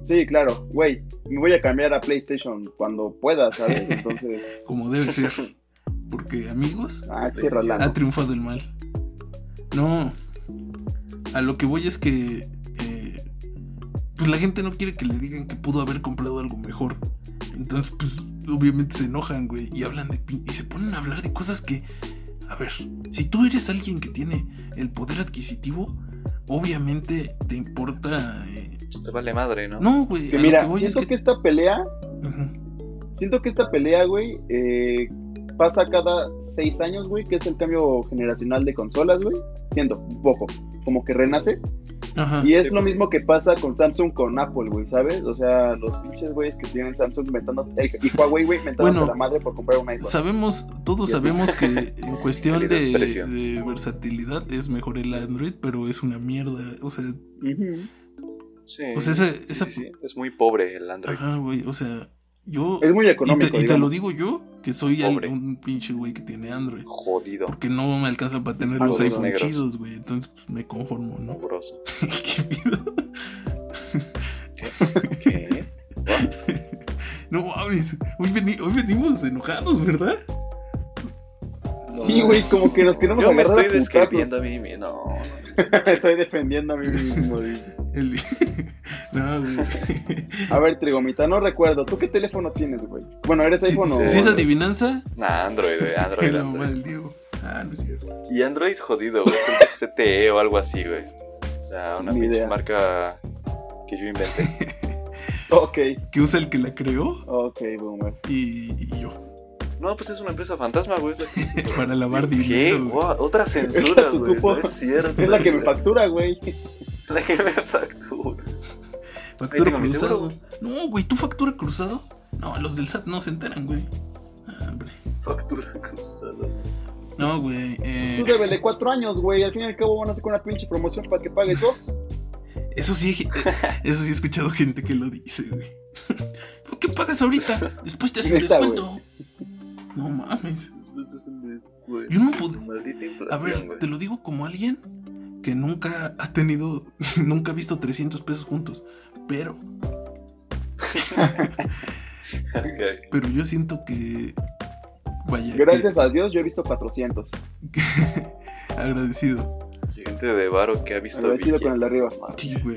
Speaker 3: sí, claro. Güey, me voy a cambiar a PlayStation cuando pueda, ¿sabes? Entonces,
Speaker 1: como debe ser. Porque, amigos,
Speaker 3: ah, cierra
Speaker 1: ha
Speaker 3: la.
Speaker 1: triunfado el mal. No, a lo que voy es que. eh, pues la gente no quiere que le digan que pudo haber comprado algo mejor. Entonces, pues, obviamente se enojan, güey, y hablan de. pin- Y se ponen a hablar de cosas que. A ver, si tú eres alguien que tiene el poder adquisitivo, obviamente te importa. eh,
Speaker 2: Pues te vale madre, ¿no?
Speaker 1: no, güey,
Speaker 3: Que
Speaker 1: a
Speaker 3: mira,
Speaker 1: lo que voy es
Speaker 3: siento
Speaker 1: que.
Speaker 3: que esta pelea,
Speaker 1: Ujú.
Speaker 3: siento que esta pelea, güey, eh, pasa cada seis años, güey, que es el cambio generacional de consolas, güey. Siento, un poco, como que renace.
Speaker 1: Ajá.
Speaker 3: Y es
Speaker 2: Sí,
Speaker 3: lo
Speaker 2: pues,
Speaker 3: mismo que pasa con Samsung con Apple, güey, ¿sabes? O sea, los pinches güeyes que tienen Samsung inventando. Y Huawei, güey, inventando
Speaker 1: Bueno,
Speaker 3: la madre por comprar un iPhone.
Speaker 1: Sabemos, todos
Speaker 3: Ya está.
Speaker 1: sabemos que en cuestión de,
Speaker 2: Calidad-precio.
Speaker 1: de versatilidad es mejor el Android, pero es una mierda. O sea,
Speaker 3: Ujú.
Speaker 2: Sí.
Speaker 1: o sea, esa-
Speaker 2: sí,
Speaker 1: esa-
Speaker 2: sí, sí. Es muy pobre el Android.
Speaker 1: ajá, güey. O sea, yo.
Speaker 3: Es muy
Speaker 1: Y te, y
Speaker 3: económico.
Speaker 1: te lo
Speaker 3: digamos.
Speaker 1: digo yo, que soy
Speaker 2: Pobre.
Speaker 1: al- un pinche güey que tiene Android.
Speaker 2: Jodido.
Speaker 1: Porque no me alcanza para tener
Speaker 3: Ah,
Speaker 1: los
Speaker 3: los
Speaker 1: iPhone
Speaker 2: negros.
Speaker 1: chidos, güey. Entonces pues, me conformo, ¿no? Pues,
Speaker 2: Pobroso.
Speaker 1: ¿Qué pedo?
Speaker 2: ¿Qué?
Speaker 1: No mames. Hoy, veni- hoy venimos enojados, ¿verdad?
Speaker 3: Sí, güey, como que nos queremos
Speaker 2: Yo me
Speaker 3: agarrar a
Speaker 2: estoy
Speaker 3: putazos.
Speaker 2: describiendo a mí mismo. No, no.
Speaker 3: estoy defendiendo a mí mismo. dice.
Speaker 1: El- no, güey.
Speaker 3: A ver, Trigomita, no recuerdo. ¿Tú qué teléfono tienes, güey? Bueno, ¿eres
Speaker 1: Si,
Speaker 3: iPhone o...?
Speaker 1: si es adivinanza,
Speaker 2: Nah, Android, güey, Android.
Speaker 1: la mamá
Speaker 2: Android.
Speaker 1: del Diego. Ah, no es cierto.
Speaker 2: Y Android jodido, güey. Creo que es CTE o algo así, güey. O sea, una
Speaker 3: Ni
Speaker 2: pinche
Speaker 3: idea.
Speaker 2: marca que yo inventé.
Speaker 3: Ok,
Speaker 1: Que usa el que la creó
Speaker 3: ok, boomer.
Speaker 1: y- y yo.
Speaker 2: No, pues es una empresa fantasma, güey. es la que-
Speaker 1: Para lavar
Speaker 2: ¿Qué?
Speaker 1: dinero. güey.
Speaker 2: Guau, otra censura,
Speaker 3: tu
Speaker 2: güey.
Speaker 3: cupo.
Speaker 2: No es cierto.
Speaker 3: Es la que me
Speaker 2: güey.
Speaker 3: factura, güey.
Speaker 2: La que me factura. Ahí
Speaker 1: Factura
Speaker 2: tengo mi
Speaker 1: cruzado.
Speaker 2: seguro.
Speaker 1: No, güey, ¿tú factura cruzado? No, los del SAT no se enteran, güey. Ah, hombre.
Speaker 2: Factura cruzada.
Speaker 1: No, güey. eh,
Speaker 3: Tú débele cuatro años, güey. Al fin y al cabo van a sacar una pinche promoción para que pagues dos.
Speaker 1: eso sí, eh, eso sí he escuchado gente que lo dice, güey. ¿Por qué pagas ahorita? Después te hacen
Speaker 3: Neta,
Speaker 1: descuento. No mames.
Speaker 2: Después de
Speaker 3: mames, güey.
Speaker 1: Yo no pude-
Speaker 2: Maldita
Speaker 1: A
Speaker 2: inflación,
Speaker 1: ver,
Speaker 2: güey.
Speaker 1: te lo digo como alguien que nunca ha tenido, nunca ha visto 300 pesos juntos. Pero,
Speaker 2: Ok.
Speaker 1: pero yo siento que. Vaya. que-
Speaker 3: Gracias a Dios yo he visto 400.
Speaker 1: agradecido.
Speaker 2: Gente de Varo que ha visto.
Speaker 3: Agradecido con el de
Speaker 2: billetes.
Speaker 3: arriba.
Speaker 1: Sí, güey.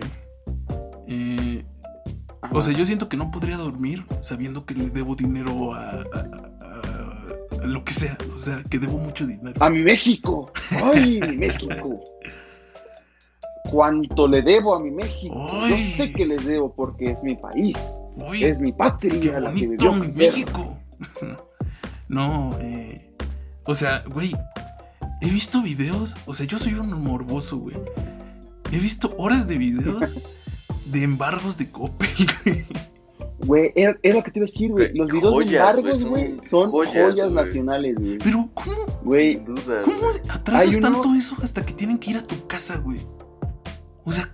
Speaker 1: Eh,
Speaker 3: Ajá.
Speaker 1: o sea, yo siento que no podría dormir sabiendo que le debo dinero a, a- a- a lo que sea. O sea, que debo mucho dinero.
Speaker 3: ¡A mi México! ¡Ay, mi México! ¿Cuánto le debo a mi México? Yo
Speaker 1: Ay.
Speaker 3: sé que les debo porque es mi país,
Speaker 1: Uy,
Speaker 3: es mi
Speaker 1: qué
Speaker 3: patria la que
Speaker 1: bonito
Speaker 3: debió
Speaker 1: mi
Speaker 3: crecer.
Speaker 1: México. no, eh, o sea, güey, he visto videos, o sea, yo soy un morboso, güey. He visto horas de videos de embargos de Coppel, güey.
Speaker 3: Güey, era, era lo que te iba a decir, güey.
Speaker 2: Güey,
Speaker 3: Los videos
Speaker 2: joyas,
Speaker 3: de largos,
Speaker 2: güey,
Speaker 3: güey,
Speaker 2: son
Speaker 3: son
Speaker 2: joyas,
Speaker 3: joyas,
Speaker 2: güey.
Speaker 3: nacionales, güey.
Speaker 1: Pero, ¿cómo
Speaker 3: Güey,
Speaker 2: Sin duda.
Speaker 1: ¿Cómo
Speaker 2: güey.
Speaker 1: atrasas
Speaker 3: Hay uno-
Speaker 1: tanto eso hasta que tienen que ir a tu casa, güey? O sea,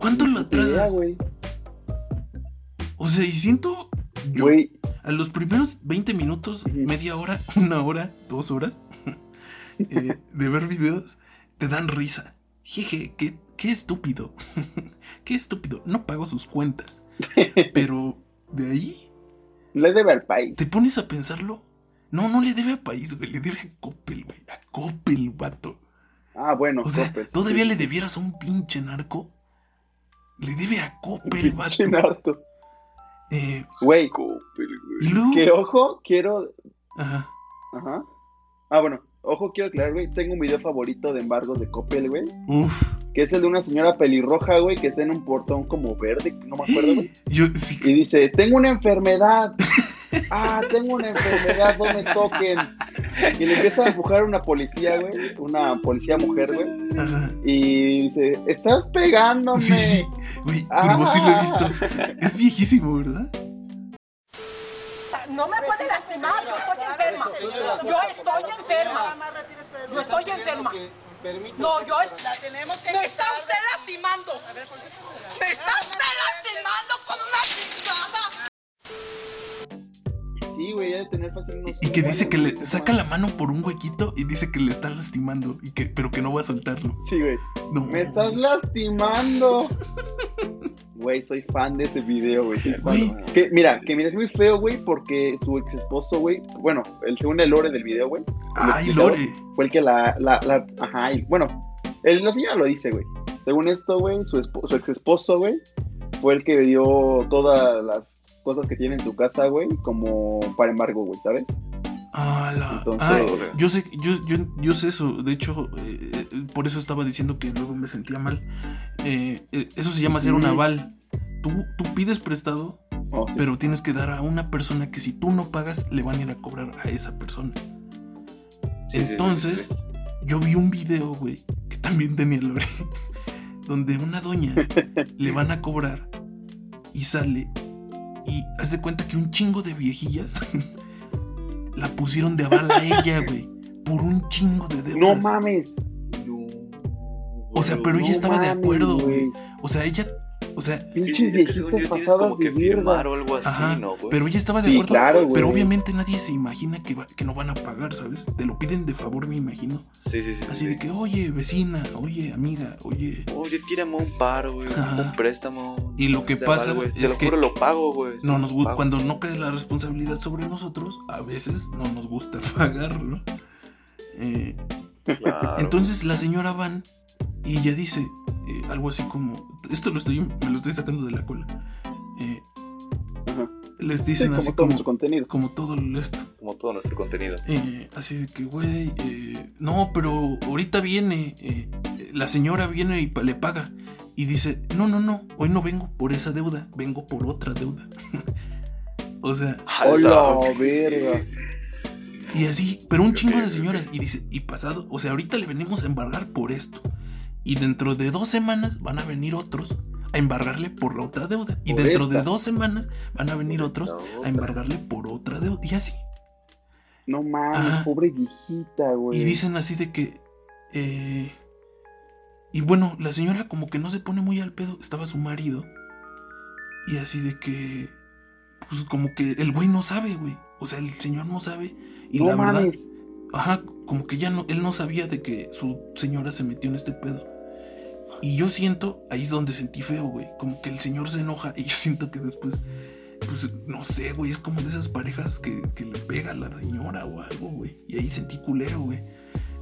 Speaker 1: ¿cuánto lo
Speaker 3: idea,
Speaker 1: atrasas?
Speaker 3: güey.
Speaker 1: O sea, y siento yo
Speaker 3: Güey,
Speaker 1: a los primeros 20 minutos,
Speaker 3: Ujú.
Speaker 1: media hora, una hora, dos horas eh, de ver videos, te dan risa. Jeje, qué, qué estúpido. qué estúpido. No pago sus cuentas. Pero de ahí
Speaker 3: le debe al país.
Speaker 1: te pones a pensarlo. No, no le debe a país, güey. Le debe a Coppel, güey. A Coppel, vato.
Speaker 3: Ah, bueno,
Speaker 1: O sea,
Speaker 3: Coppel.
Speaker 1: todavía le debieras a un pinche narco. Le debe a Coppel, vato.
Speaker 3: Pinche narco.
Speaker 1: Eh,
Speaker 3: Güey,
Speaker 2: Coppel,
Speaker 1: y
Speaker 2: güey.
Speaker 1: luego.
Speaker 3: que ojo, quiero.
Speaker 1: Ajá.
Speaker 3: Ajá. Ah, bueno, ojo, quiero aclarar, güey. Tengo un video favorito de embargos de Coppel, güey.
Speaker 1: Uf.
Speaker 3: Que es el de una señora pelirroja, güey, que está en un portón como verde, no me acuerdo,
Speaker 1: ¡Eh!
Speaker 3: güey.
Speaker 1: Yo sí
Speaker 3: Y dice: Tengo una enfermedad. Ah, tengo una enfermedad, no me toquen. Y le empieza a empujar una policía, güey. Una policía mujer, güey.
Speaker 1: Ajá.
Speaker 3: Y dice, estás pegándome.
Speaker 1: Sí, sí. Güey, pero sí lo he
Speaker 3: Ah.
Speaker 1: visto. Es viejísimo, ¿verdad?
Speaker 5: No me puede lastimar, yo estoy enferma. Yo estoy enferma. Yo estoy enferma. No, yo estoy.
Speaker 6: este La tenemos que
Speaker 5: Me está
Speaker 6: quitar.
Speaker 5: usted lastimando.
Speaker 6: A ver, ¿por qué te la-
Speaker 5: Me está usted lastimando con una picada.
Speaker 3: Sí, güey, ya de tener fácil unos
Speaker 1: Y que
Speaker 3: cinco
Speaker 1: dice
Speaker 3: años,
Speaker 1: que
Speaker 3: güey,
Speaker 1: le
Speaker 3: este
Speaker 1: saca
Speaker 3: man.
Speaker 1: la mano por un huequito y dice que le están lastimando, y que, pero que no va a soltarlo.
Speaker 3: Sí, güey.
Speaker 1: No.
Speaker 3: Me estás lastimando. Güey, soy fan de ese video, güey. soy fan.
Speaker 1: güey.
Speaker 3: Que, mira,
Speaker 2: Sí,
Speaker 3: que
Speaker 2: sí,
Speaker 3: mira, es muy feo, güey, porque su ex esposo, güey, bueno, el segundo lore del video, güey,
Speaker 1: Ay,
Speaker 3: explicaba?
Speaker 1: Lore.
Speaker 3: fue el que la, la, la- ajá, y bueno, el- la señora lo dice, güey. Según esto, güey, su, espo- su ex esposo, güey, fue el que dio todas las cosas que tiene en su casa, güey, como para embargo, güey, ¿sabes?
Speaker 1: Ah, la-
Speaker 3: Entonces-
Speaker 1: ay, yo sé, yo, yo, yo sé eso. De hecho, eh, eh, por eso estaba diciendo que luego me sentía mal. Eh, eh, eso se llama hacer un
Speaker 3: Mm.
Speaker 1: aval. Tú, tú pides prestado,
Speaker 3: Oh, sí.
Speaker 1: pero tienes que dar a una persona que si tú no pagas, le van a ir a cobrar a esa persona.
Speaker 2: Sí, sí, sí,
Speaker 1: Entonces,
Speaker 2: sí,
Speaker 1: yo vi un video, güey, que también tenía Lore, donde una doña le van a cobrar y sale y hace cuenta que un chingo de viejillas la pusieron de aval a ella, güey, por un chingo de deudas.
Speaker 3: No mames.
Speaker 1: O sea, pero ella
Speaker 3: No
Speaker 1: estaba de
Speaker 3: mames,
Speaker 1: acuerdo, güey. O sea, ella, o sea,
Speaker 2: Sí,
Speaker 3: Pinches
Speaker 2: sí, es que según yo
Speaker 3: viejitas
Speaker 2: tienes
Speaker 3: pasadas
Speaker 2: como
Speaker 3: de
Speaker 2: que
Speaker 3: mierda.
Speaker 2: firmar o algo así,
Speaker 1: Ajá,
Speaker 2: ¿no, güey?
Speaker 1: pero ella estaba de
Speaker 3: Sí,
Speaker 1: acuerdo.
Speaker 3: claro, güey.
Speaker 1: Pero obviamente nadie se imagina que, va- que no van a pagar, ¿sabes? Te lo piden de favor, me imagino.
Speaker 2: Sí, sí, sí.
Speaker 1: Así
Speaker 2: sí.
Speaker 1: de que, oye, vecina, oye, amiga, oye.
Speaker 2: Oye, tírame un paro, güey.
Speaker 1: Ajá.
Speaker 2: Un préstamo.
Speaker 1: Y lo que
Speaker 2: Te
Speaker 1: pasa
Speaker 2: vale, güey, Te
Speaker 1: es
Speaker 2: lo
Speaker 1: que-
Speaker 2: juro, lo pago, güey.
Speaker 1: No nos gu-
Speaker 2: Pago.
Speaker 1: cuando no cae la responsabilidad sobre nosotros, a veces no nos gusta pagarlo. Eh,
Speaker 2: Claro.
Speaker 1: entonces la señora van y ella dice eh, algo así como, esto lo estoy, me lo estoy sacando de la cola. Eh,
Speaker 3: Ajá.
Speaker 1: les
Speaker 3: Sí,
Speaker 1: dicen
Speaker 3: como
Speaker 1: así
Speaker 3: todo
Speaker 1: como,
Speaker 3: su contenido.
Speaker 1: como todo esto.
Speaker 2: Como todo nuestro contenido.
Speaker 1: Eh, así de que, güey, eh, no, pero ahorita viene, eh, eh, la señora viene y pa- le paga. Y dice, no, no, no, hoy no vengo por esa deuda, vengo por otra deuda. o sea,
Speaker 3: Hola,
Speaker 2: Ala,
Speaker 3: verga.
Speaker 1: y así, pero un
Speaker 2: Ok,
Speaker 1: chingo de
Speaker 2: ok,
Speaker 1: señoras. Y dice, y pasado, o sea, ahorita le venimos a embargar por esto. Y dentro de dos semanas van a venir otros a embargarle por la otra deuda. Y
Speaker 3: Por
Speaker 1: dentro de
Speaker 3: esta.
Speaker 1: dos semanas van a venir
Speaker 2: Por
Speaker 1: otros
Speaker 2: esta otra.
Speaker 1: a embargarle por otra deuda. Y así.
Speaker 3: No mames,
Speaker 1: Ajá.
Speaker 3: pobre viejita, güey.
Speaker 1: Y dicen así de que. eh, y bueno, la señora como que no se pone muy al pedo. Estaba su marido. Y así de que. Pues como que el güey no sabe, güey. O sea, el señor no sabe. Y
Speaker 3: no
Speaker 1: la verdad.
Speaker 3: mames.
Speaker 1: ajá, como que ya no, él no sabía de que su señora se metió en este pedo. Y yo siento, ahí es donde sentí feo, güey. Como que el señor se enoja y yo siento que después, pues, no sé, güey. Es como de esas parejas que, que le pega a la señora o algo, güey. Y ahí sentí culero, güey.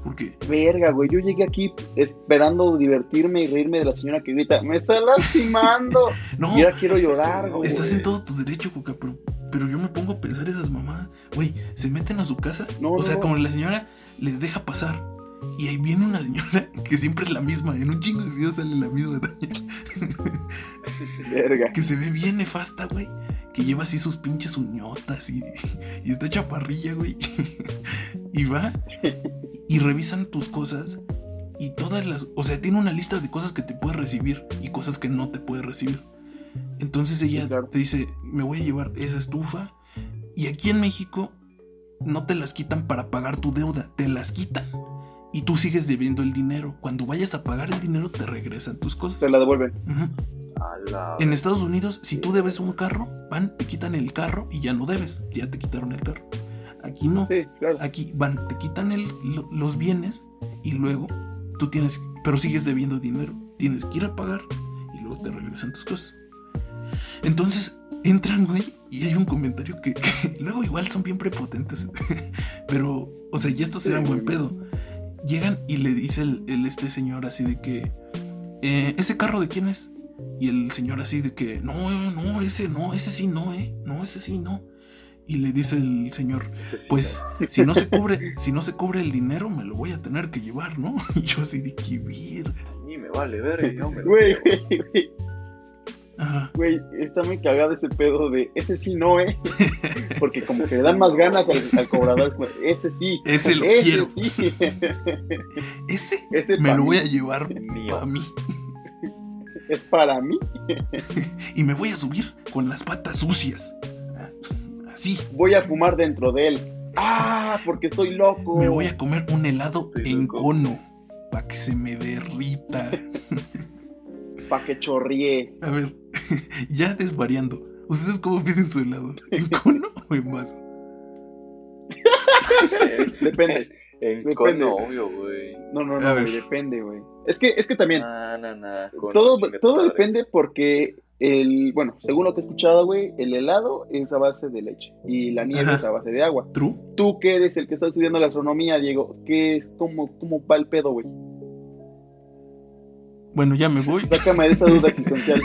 Speaker 1: Porque,
Speaker 3: Verga, güey, yo llegué aquí esperando divertirme y reírme de la señora que grita, me está lastimando.
Speaker 1: no,
Speaker 3: y ahora quiero llorar, güey.
Speaker 1: estás en todo tu derecho, Coca, pero, pero yo me pongo a pensar esas mamadas. Güey, se meten a su casa.
Speaker 3: No,
Speaker 1: o
Speaker 3: no,
Speaker 1: sea,
Speaker 3: no.
Speaker 1: como la señora les deja pasar. Y ahí viene una señora que siempre es la misma. En un chingo de videos sale la misma doña.
Speaker 3: Verga.
Speaker 1: que se ve bien nefasta, güey. Que lleva así sus pinches uñotas y, y está chaparrilla, güey. y va y revisan tus cosas y todas las... O sea, tiene una lista de cosas que te puedes recibir y cosas que no te puedes recibir. Entonces ella
Speaker 3: Sí, claro.
Speaker 1: te dice, me voy a llevar esa estufa. Y aquí en México no te las quitan para pagar tu deuda, te las quitan. Y tú sigues debiendo el dinero. Cuando vayas a pagar el dinero te regresan tus cosas.
Speaker 3: Se la devuelven.
Speaker 1: Ujú.
Speaker 4: A la...
Speaker 1: En Estados Unidos, si tú debes un carro, van, te quitan el carro y ya no debes, ya te quitaron el carro. Aquí no,
Speaker 3: Sí, claro.
Speaker 1: aquí van, te quitan el- lo- los bienes y luego tú tienes, pero sigues debiendo dinero, tienes que ir a pagar y luego te regresan tus cosas. Entonces entran, güey, y hay un comentario que, que luego igual son bien prepotentes, pero, o sea, y estos eran buen pedo. Llegan y le dice el, el- este señor así de que, eh, ¿ese carro de quién es? Y el señor así de que, no, no, ese no, ese sí no, eh, no, ese sí no. Y le dice el señor,
Speaker 4: Ese sí,
Speaker 1: pues si no se cubre, si no se cubre el dinero, me lo voy a tener que llevar, ¿no? Y yo así de que
Speaker 4: a
Speaker 1: virga.
Speaker 4: mí me vale verga, yo me lo
Speaker 3: Güey,
Speaker 4: llevo.
Speaker 3: güey, güey,
Speaker 1: Ajá.
Speaker 3: güey, está muy cagado ese pedo de ese sí no, eh. Porque como que le dan más ganas al, al cobrador. es como, Ese sí.
Speaker 1: Ese lo quiero.
Speaker 3: sí.
Speaker 1: Ese
Speaker 3: Ese
Speaker 1: me
Speaker 3: pa'
Speaker 1: lo
Speaker 3: mí.
Speaker 1: voy a llevar
Speaker 4: Mío.
Speaker 1: para mí.
Speaker 3: Es para mí.
Speaker 1: Y me voy a subir con las patas sucias. Ah, Así.
Speaker 3: Voy a fumar dentro de él. Ah, porque estoy loco.
Speaker 1: Me voy a comer un helado
Speaker 4: Estoy
Speaker 1: en
Speaker 4: loco.
Speaker 1: cono. Para que se me derrita.
Speaker 3: Pa' que chorríe.
Speaker 1: A ver, ya desvariando. ¿Ustedes cómo piden su helado? ¿En cono o en vaso?
Speaker 3: Depende.
Speaker 4: En
Speaker 3: Depende.
Speaker 4: cono, obvio, güey.
Speaker 3: No, no,
Speaker 1: A
Speaker 3: no,
Speaker 1: ver.
Speaker 3: güey, depende, güey. Es que, es que también.
Speaker 4: Nah, nah, nah, cono,
Speaker 3: todo,
Speaker 4: chinga tu
Speaker 3: todo
Speaker 4: madre.
Speaker 3: depende porque el, bueno, según lo que he escuchado, güey, el helado es a base de leche y la nieve
Speaker 1: Ajá.
Speaker 3: es a base de agua.
Speaker 1: ¿True?
Speaker 3: Tú que eres el que está estudiando gastronomía, Diego, ¿qué es como, como va el pedo, güey?
Speaker 1: Bueno, ya me voy.
Speaker 3: Sácame de esa duda existencial.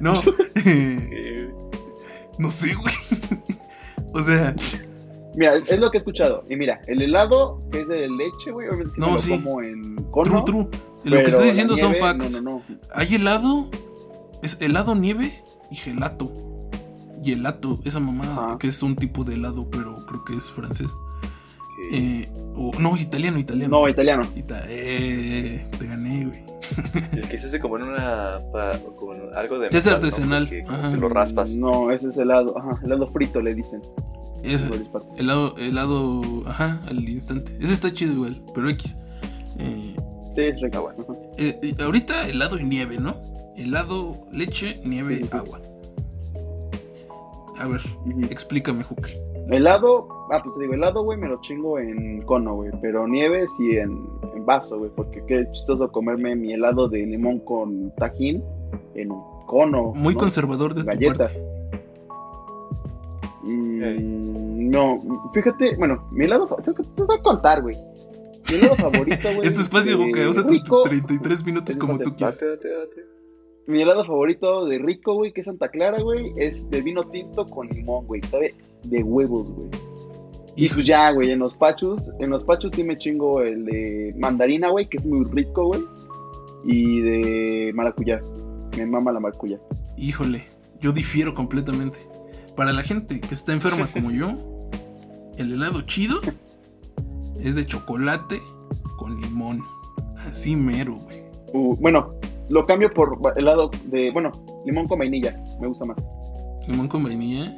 Speaker 1: No. eh,
Speaker 4: Eh,
Speaker 1: no sé, güey. O sea,
Speaker 3: Mira, es lo que he escuchado. Y mira, el helado que es de leche, güey, obviamente sí
Speaker 1: No,
Speaker 3: me lo
Speaker 1: sí.
Speaker 3: como en
Speaker 1: true,
Speaker 3: cono.
Speaker 1: true. Lo que
Speaker 3: pero
Speaker 1: estoy
Speaker 3: la
Speaker 1: diciendo son
Speaker 3: nieve,
Speaker 1: facts.
Speaker 3: No, no, no.
Speaker 1: Hay helado, es helado nieve y gelato. Gelato, esa mamada
Speaker 3: Ajá.
Speaker 1: que es un tipo de helado, pero creo que es francés.
Speaker 4: que-
Speaker 1: Eh, o, no, italiano, italiano.
Speaker 3: No, italiano.
Speaker 1: Ita- eh, te gané, güey.
Speaker 4: El que se hace como en una. pa- como en algo de.
Speaker 1: Ya es
Speaker 4: metal, ¿no?
Speaker 1: artesanal,
Speaker 4: Que- como
Speaker 1: ajá.
Speaker 4: que lo raspas.
Speaker 3: No, ese es helado. Ajá, helado frito le dicen.
Speaker 1: Es
Speaker 3: en varias partes.
Speaker 1: helado, helado, ajá, al instante. Ese está chido igual, pero X. Eh,
Speaker 3: Sí, es rica, güey. Ajá.
Speaker 1: eh, eh, ahorita helado y nieve, ¿no? Helado, leche, nieve,
Speaker 3: Sí, sí.
Speaker 1: agua. A ver,
Speaker 3: Ujú.
Speaker 1: explícame, Juca.
Speaker 3: Helado, ah, pues te digo, helado, güey, me lo chingo en cono, güey, pero nieve sí en, en vaso, güey, porque qué chistoso comerme mi helado de limón con tajín en un cono.
Speaker 1: Muy
Speaker 3: ¿no?
Speaker 1: conservador de tu
Speaker 3: Galleta.
Speaker 1: parte.
Speaker 3: Mm, No, fíjate, bueno, mi helado, fa- te, te voy a contar, güey. Mi helado favorito, güey.
Speaker 1: Este espacio,
Speaker 3: de
Speaker 1: Boca, usa tus
Speaker 3: rico,
Speaker 1: 33 minutos
Speaker 3: es
Speaker 1: como tú quieras.
Speaker 4: Date, date, date.
Speaker 3: Mi helado favorito de rico, güey, que es Santa Clara, güey, es de vino tinto con limón, güey, sabe de huevos, güey. Y pues ya, güey, en los pachus, en los pachus sí me chingo el de mandarina, güey, que es muy rico, güey. Y de maracuyá. Me mama la maracuyá.
Speaker 1: Híjole, yo difiero completamente. Para la gente que está enferma como yo, el helado chido es de chocolate con limón. Así mero, güey.
Speaker 3: Uh, bueno, lo cambio por va- helado de, bueno, limón con vainilla. Me gusta más.
Speaker 1: Limón con vainilla.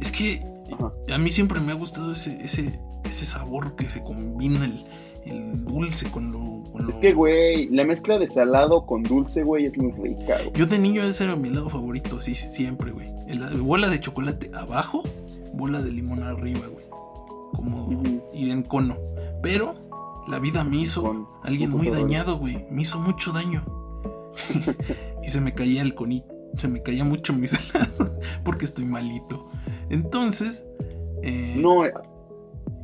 Speaker 1: Es que
Speaker 3: Ajá.
Speaker 1: a mí siempre me ha gustado ese, ese, ese sabor que se combina el, el dulce con lo, con
Speaker 3: Es
Speaker 1: lo-
Speaker 3: que, güey, la mezcla de salado con dulce, güey, es muy rica, güey.
Speaker 1: Yo de niño ese era mi helado favorito, sí, sí, siempre, güey. El- Bola de chocolate abajo, bola de limón arriba, güey. Como...
Speaker 3: Ujú.
Speaker 1: Y en cono. La vida me hizo,
Speaker 3: Con
Speaker 1: alguien muy
Speaker 3: putos errores.
Speaker 1: dañado, güey, me hizo mucho daño. y se me caía el conito, se me caía mucho mis helados, porque estoy malito. Entonces, eh,
Speaker 3: No,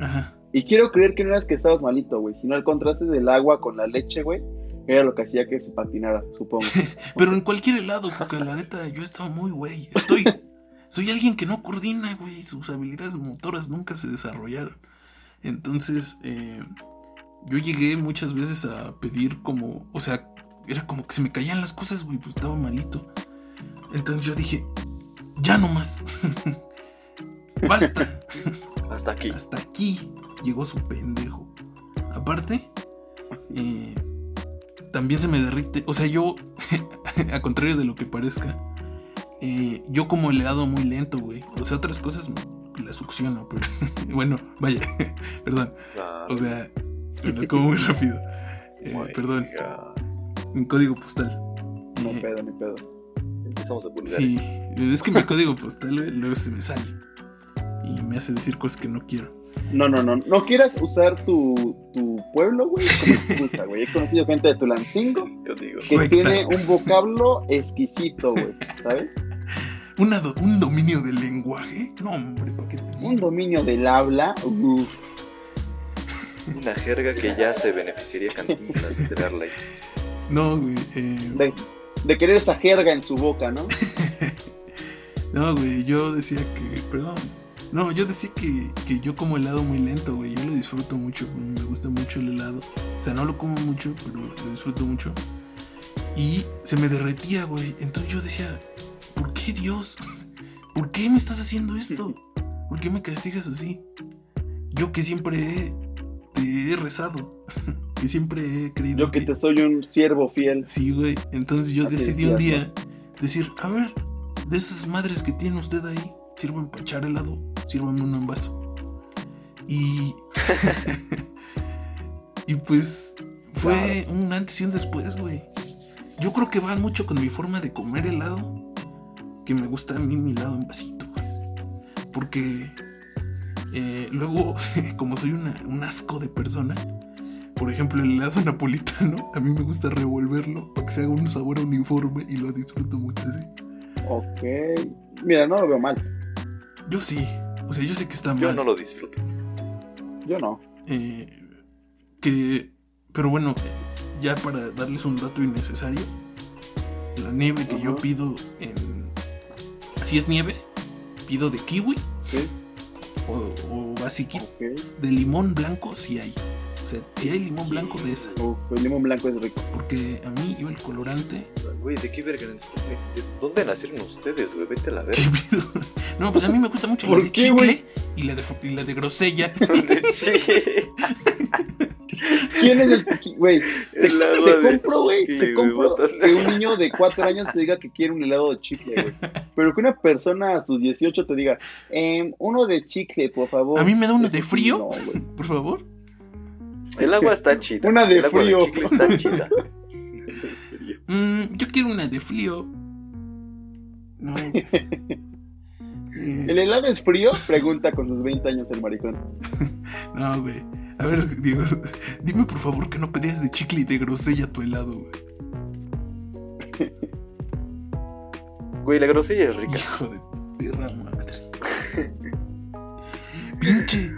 Speaker 1: ajá.
Speaker 3: y quiero creer que no eras que estabas malito, güey, sino el contraste del agua con la leche, güey, era lo que hacía que se patinara, supongo.
Speaker 1: Pero en cualquier helado, porque la neta, yo estaba muy güey. Estoy. Soy alguien que no coordina, güey. Sus habilidades motoras nunca se desarrollaron. Entonces, eh, yo llegué muchas veces a pedir como. O sea, era como que se me caían las cosas, güey. Pues estaba malito. Entonces yo dije, ya no más. Basta.
Speaker 2: Hasta aquí.
Speaker 1: Hasta aquí llegó su pendejo. Aparte, eh, también se me derrite. O sea, yo, a contrario de lo que parezca, eh, yo como el helado muy lento, güey. O sea, otras cosas me- las succiono, pero bueno, vaya, perdón.
Speaker 2: Ah,
Speaker 1: O sea, me las como muy rápido. Eh,
Speaker 2: my
Speaker 1: perdón,
Speaker 2: God.
Speaker 1: en código postal.
Speaker 3: No
Speaker 1: Eh,
Speaker 3: pedo, ni pedo.
Speaker 2: Empezamos a pulgar.
Speaker 1: Sí, es que mi código postal güey, luego se me sale y me hace decir cosas que no quiero.
Speaker 3: No, no, no. No quieras usar tu, tu pueblo, güey, como excusa, güey. He conocido gente de Tulancingo
Speaker 2: Yo digo.
Speaker 3: que
Speaker 1: Cuecta.
Speaker 3: tiene un vocablo exquisito, güey, ¿sabes?
Speaker 1: Una do- un dominio del lenguaje. No, hombre, ¿para qué te digo?
Speaker 3: Un dominio del habla. Uf.
Speaker 2: Una jerga que ya se beneficiaría Cantinflas de tenerla ahí.
Speaker 1: No, güey. eh,
Speaker 3: De, de querer esa jerga en su boca, ¿no?
Speaker 1: no, güey. Yo decía que. Perdón. No, yo decía que, que yo como helado muy lento, güey. Yo lo disfruto mucho. güey, Me gusta mucho el helado. O sea, no lo como mucho, pero lo disfruto mucho. Y se me derretía, güey. Entonces yo decía, ¿por qué Dios? ¿Por qué me estás haciendo esto? ¿Por qué me castigas así? Yo que siempre he- te he rezado. Que siempre he creído
Speaker 3: Yo que te soy un siervo fiel.
Speaker 1: Sí, güey. Entonces yo
Speaker 3: Así
Speaker 1: decidí un
Speaker 3: decías,
Speaker 1: día decir, a ver, de esas madres que tiene usted ahí, sirven para echar helado, sírvame uno en vaso. Y. y pues fue un antes y un después, güey. Yo creo que va mucho con mi forma de comer helado. Que me gusta a mí mi helado en vasito, güey. Porque eh, luego, como soy una, un asco de persona, por ejemplo, el helado napolitano, a mí me gusta revolverlo para que se haga un sabor uniforme y lo disfruto mucho así.
Speaker 3: Ok. Mira, no lo veo mal.
Speaker 1: Yo sí, o sea, yo sé que está mal.
Speaker 2: Yo no lo disfruto.
Speaker 3: Yo no.
Speaker 1: eh, que, pero bueno, ya para darles un dato innecesario, la nieve que yo
Speaker 3: Ajá.
Speaker 1: pido en. Si es nieve, pido de kiwi
Speaker 3: Sí.
Speaker 1: o, o basiquita,
Speaker 3: Ok.
Speaker 1: De limón blanco, si hay. O sea, si hay limón blanco de esa.
Speaker 3: Uf, el limón blanco es rico.
Speaker 1: Porque a mí yo el colorante
Speaker 2: Güey, ¿de qué verga? ¿De dónde nacieron ustedes, güey? Vete a la
Speaker 1: ¿Qué
Speaker 2: verga.
Speaker 1: pedo? No, pues a mí me gusta mucho la
Speaker 3: ¿Por
Speaker 1: de
Speaker 3: qué,
Speaker 1: chicle
Speaker 3: güey?
Speaker 1: y la de, fu- y la de grosella.
Speaker 2: Sí.
Speaker 3: ¿Quién es el. qui- Güey, te,
Speaker 2: El agua
Speaker 3: te
Speaker 2: de
Speaker 3: compro, güey.
Speaker 2: chicle,
Speaker 3: Te
Speaker 2: güey,
Speaker 3: compro
Speaker 2: what the-
Speaker 3: que un niño de 4 años te diga que quiere un helado de chicle, güey. Pero que una persona a sus 18 te diga, em, uno de chicle, por favor.
Speaker 1: A mí me da uno
Speaker 3: Eso
Speaker 1: de
Speaker 3: sí,
Speaker 1: frío.
Speaker 3: no, güey.
Speaker 1: Por favor.
Speaker 2: El agua está chida.
Speaker 3: Una de
Speaker 2: El agua
Speaker 3: frío.
Speaker 2: de chicle está chida.
Speaker 1: Mm, yo quiero una de frío. No. Eh,
Speaker 3: ¿El helado es frío? Pregunta con sus 20 años el maricón.
Speaker 1: no, güey. A ver, Diego, dime por favor que no pedías de chicle y de grosella tu helado, güey.
Speaker 2: Güey, la grosella es rica.
Speaker 1: Hijo de tu perra madre. Pinche.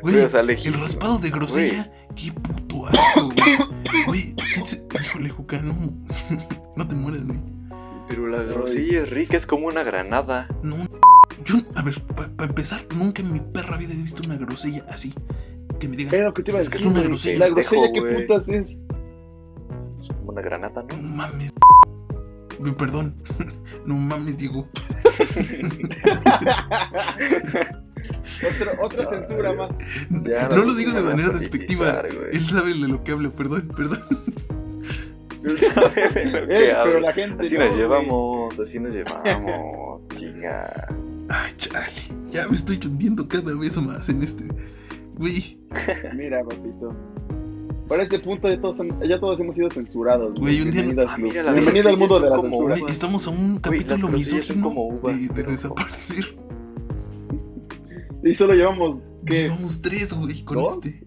Speaker 1: Güey,
Speaker 2: Güey, o sea,
Speaker 1: el
Speaker 2: legítimo.
Speaker 1: raspado de grosella. Qué puto asco, güey. Güey, ¿a quién se- híjole, Juca, no. No te mueras, güey.
Speaker 2: Pero la grosella es rica, es como una granada.
Speaker 1: No, yo, a ver, para empezar, nunca en mi perra vida he visto una grosella así. Que me digan,
Speaker 3: Era lo que te iba a
Speaker 1: Es que
Speaker 3: decir.
Speaker 1: es una
Speaker 3: güey.
Speaker 1: grosella.
Speaker 3: La grosella, ¿qué
Speaker 2: Pendejo, güey.
Speaker 3: putas es?
Speaker 2: Es como una granada,
Speaker 1: no
Speaker 2: ¿no?
Speaker 1: mames. Güey, Perdón, no mames, Diego.
Speaker 3: Otro- otra censura más.
Speaker 2: Ya,
Speaker 1: no
Speaker 2: la
Speaker 1: lo digo de
Speaker 2: van a
Speaker 1: manera despectiva.
Speaker 2: politizar, güey.
Speaker 1: Él sabe de lo que hablo, perdón, perdón.
Speaker 2: Él sabe de lo
Speaker 3: Eh,
Speaker 2: que
Speaker 3: pero
Speaker 2: habla.
Speaker 3: la gente.
Speaker 2: Así
Speaker 3: no,
Speaker 2: nos
Speaker 3: güey.
Speaker 2: llevamos, así nos llevamos. Chinga.
Speaker 1: Ay, chale, ya me estoy hundiendo cada vez más en este. Güey,
Speaker 3: Mira, papito. Para este punto ya todos, han- ya todos hemos sido censurados.
Speaker 1: Güey, un día-
Speaker 3: Bienvenido,
Speaker 2: Ah,
Speaker 3: al-
Speaker 2: mira, la
Speaker 3: bienvenido al mundo de la
Speaker 2: grosella es como
Speaker 3: censura.
Speaker 1: güey, estamos a un
Speaker 2: Güey, las
Speaker 1: capítulo
Speaker 2: grosellas son
Speaker 1: misógino
Speaker 2: como uvas,
Speaker 1: de, de
Speaker 2: pero-
Speaker 1: desaparecer.
Speaker 3: Y solo llevamos, ¿qué?
Speaker 1: Llevamos tres, güey, con
Speaker 3: ¿No?
Speaker 1: este.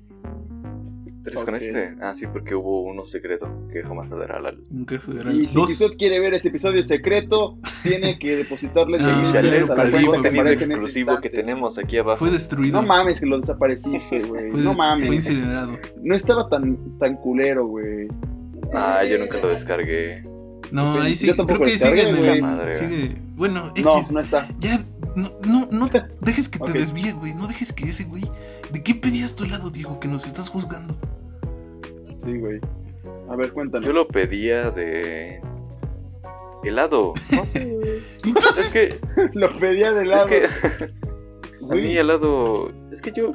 Speaker 2: tres con
Speaker 3: Ok.
Speaker 2: este? Ah, sí, porque hubo uno secreto que jamás saldrá a la luz.
Speaker 1: Nunca se verá.
Speaker 3: Y si
Speaker 1: Dos.
Speaker 3: usted quiere ver ese episodio secreto, tiene que depositarle
Speaker 1: Ah,
Speaker 3: seis mil
Speaker 1: ya
Speaker 3: pesos
Speaker 1: lo
Speaker 3: a la
Speaker 1: perdí,
Speaker 3: cuenta
Speaker 1: papi.
Speaker 3: que aparece en el
Speaker 2: exclusivo que
Speaker 3: instante.
Speaker 2: tenemos aquí abajo.
Speaker 1: Fue destruido.
Speaker 3: No mames que lo desapareciste, güey.
Speaker 1: Fue,
Speaker 2: Pues,
Speaker 3: No
Speaker 1: fue
Speaker 3: mames.
Speaker 1: incinerado.
Speaker 3: No estaba tan, tan culero, güey.
Speaker 2: Ah, yo nunca lo descargué.
Speaker 1: No,
Speaker 3: Yo
Speaker 1: ahí sí. Creo
Speaker 3: tampoco
Speaker 1: que
Speaker 3: descargué,
Speaker 1: sigue en
Speaker 3: güey.
Speaker 1: el.
Speaker 2: Madre.
Speaker 1: Sigue. Bueno, X.
Speaker 3: No, no está.
Speaker 1: Ya, no, no, no dejes que te
Speaker 3: Ok.
Speaker 1: desvíe, güey. No dejes que ese güey. ¿De qué pedías tu lado, Diego? Que nos estás juzgando.
Speaker 3: Sí, güey. A ver, cuéntanos.
Speaker 2: Yo lo pedía de. helado. No sé. es
Speaker 1: Entonces,
Speaker 2: que.
Speaker 3: Lo pedía de
Speaker 2: Es
Speaker 3: lado.
Speaker 2: que. A
Speaker 3: güey.
Speaker 2: mí helado. Es que yo.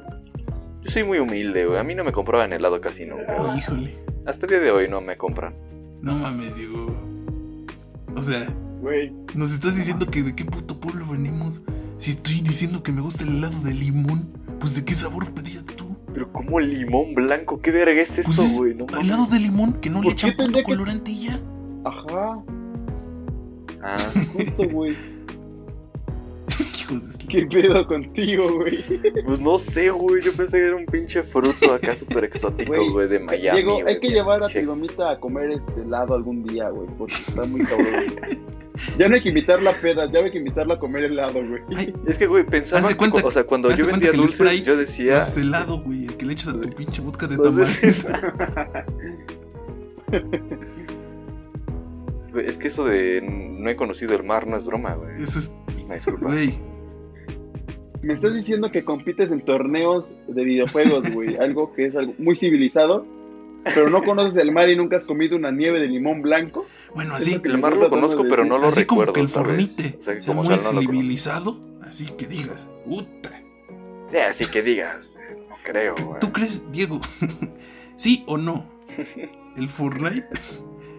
Speaker 2: Yo soy muy humilde, güey. A mí no me compraban helado casi nunca.
Speaker 1: Oh, híjole.
Speaker 2: Hasta el día de hoy no me compran.
Speaker 1: No mames, Diego. O sea,
Speaker 3: Güey.
Speaker 1: nos estás diciendo que de qué puto pueblo venimos. Si estoy diciendo que me gusta el helado de limón, pues de qué sabor pedías tú.
Speaker 2: Pero como limón blanco, ¿qué verga es
Speaker 1: Pues
Speaker 2: eso,
Speaker 1: es
Speaker 2: güey? No mames.
Speaker 1: helado de limón que no le
Speaker 3: ¿Por
Speaker 1: echan
Speaker 3: qué
Speaker 1: puto
Speaker 3: tendría que-
Speaker 1: colorante y ya.
Speaker 3: Ajá,
Speaker 2: Ah,
Speaker 3: justo, güey.
Speaker 1: Hijos de-
Speaker 3: ¿Qué pedo contigo, güey?
Speaker 2: pues no sé, güey. Yo pensé que era un pinche fruto acá súper exótico,
Speaker 3: Güey,
Speaker 2: güey, de Miami.
Speaker 3: Diego,
Speaker 2: güey,
Speaker 3: hay que
Speaker 2: de
Speaker 3: llevar a
Speaker 2: pinche-
Speaker 3: Trigomita a comer este helado algún día, güey, porque está muy cabrón. güey. ya no hay que invitarla a pedas, ya no hay que invitarla a comer helado, güey.
Speaker 1: Ay,
Speaker 2: Es que, güey, pensaba.
Speaker 1: Haz de
Speaker 2: que
Speaker 1: cuenta
Speaker 2: cu- o sea, cuando
Speaker 1: haz de
Speaker 2: yo
Speaker 1: cuenta
Speaker 2: vendía
Speaker 1: que el
Speaker 2: dulces,
Speaker 1: Sprite
Speaker 2: yo decía.
Speaker 1: es helado, güey, el que le echas a tu pinche vodka de tamal.
Speaker 2: Entonces- Güey, es que eso de no he conocido el mar no es broma, güey.
Speaker 1: Eso es,
Speaker 2: Una disculpa.
Speaker 1: güey.
Speaker 3: Me estás diciendo que compites en torneos de videojuegos, güey, algo que es algo muy civilizado, pero no conoces el mar y nunca has comido una nieve de limón blanco.
Speaker 1: Bueno,
Speaker 3: Es
Speaker 1: así.
Speaker 3: lo que
Speaker 2: El mar lo conozco, pero no lo
Speaker 1: así
Speaker 2: recuerdo.
Speaker 1: como que el
Speaker 2: ¿sabes?
Speaker 1: fornite
Speaker 2: O sea,
Speaker 1: sea
Speaker 2: como
Speaker 1: muy
Speaker 2: tal, no lo conozco.
Speaker 1: civilizado, así que digas, puta.
Speaker 2: Sí, así que digas, no creo, güey.
Speaker 1: ¿Tú crees, Diego? ¿Sí o no? El Fortnite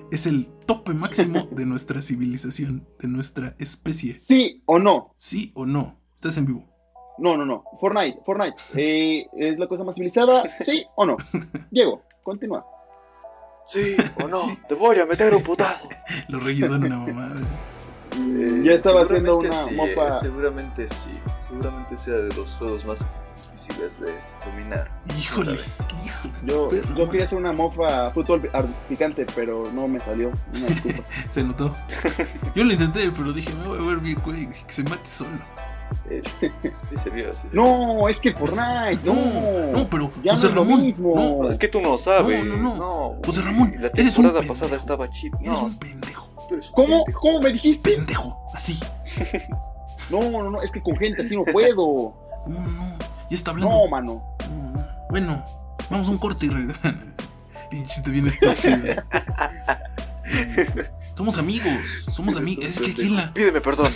Speaker 1: es el tope máximo de nuestra civilización, de nuestra especie.
Speaker 3: ¿Sí o no?
Speaker 1: ¿Sí o no? Estás en vivo.
Speaker 3: No, no, no. Fortnite, Fortnite. eh, ¿Es la cosa más civilizada? ¿Sí o no? Diego, continúa.
Speaker 2: Sí o no,
Speaker 1: Sí.
Speaker 2: te voy a meter un putazo.
Speaker 1: Lo rellenaron una mamada.
Speaker 3: Ya estaba haciendo una
Speaker 4: Eh, seguramente sí,
Speaker 3: mofa.
Speaker 4: eh, seguramente sí. Seguramente sea de los juegos más difíciles de dominar.
Speaker 1: Híjole, híjole.
Speaker 3: Yo,
Speaker 1: perro,
Speaker 3: yo quería hacer una mofa fútbol ar- picante, pero no me salió. Una disculpa.
Speaker 1: Se notó. Yo lo intenté, pero dije, me voy a ver bien, güey, que se mate solo.
Speaker 2: Sí se vio, sí se vio.
Speaker 3: No, es que Fortnite, no.
Speaker 1: no, pero
Speaker 3: ya
Speaker 1: José
Speaker 3: no es lo
Speaker 1: Ramón,
Speaker 3: mismo.
Speaker 1: no.
Speaker 2: Es que tú no sabes.
Speaker 1: No, no, no.
Speaker 2: güey.
Speaker 1: José Ramón,
Speaker 2: la
Speaker 1: eres un
Speaker 2: temporada
Speaker 1: pendejo.
Speaker 2: pasada estaba chido.
Speaker 1: Eres
Speaker 2: No,
Speaker 1: un pendejo.
Speaker 2: tú eres un
Speaker 3: ¿Cómo?
Speaker 2: pendejo.
Speaker 3: ¿Cómo me dijiste?
Speaker 1: Pendejo, así.
Speaker 3: No, no, no, es que con gente así no puedo.
Speaker 1: No, no, ya está hablando.
Speaker 3: No, mano.
Speaker 1: No. Bueno, vamos a un corte y regresamos. Pinche chiste bien estúpido. somos amigos, somos amigos. Es que aquí la.
Speaker 2: Pídeme perdón,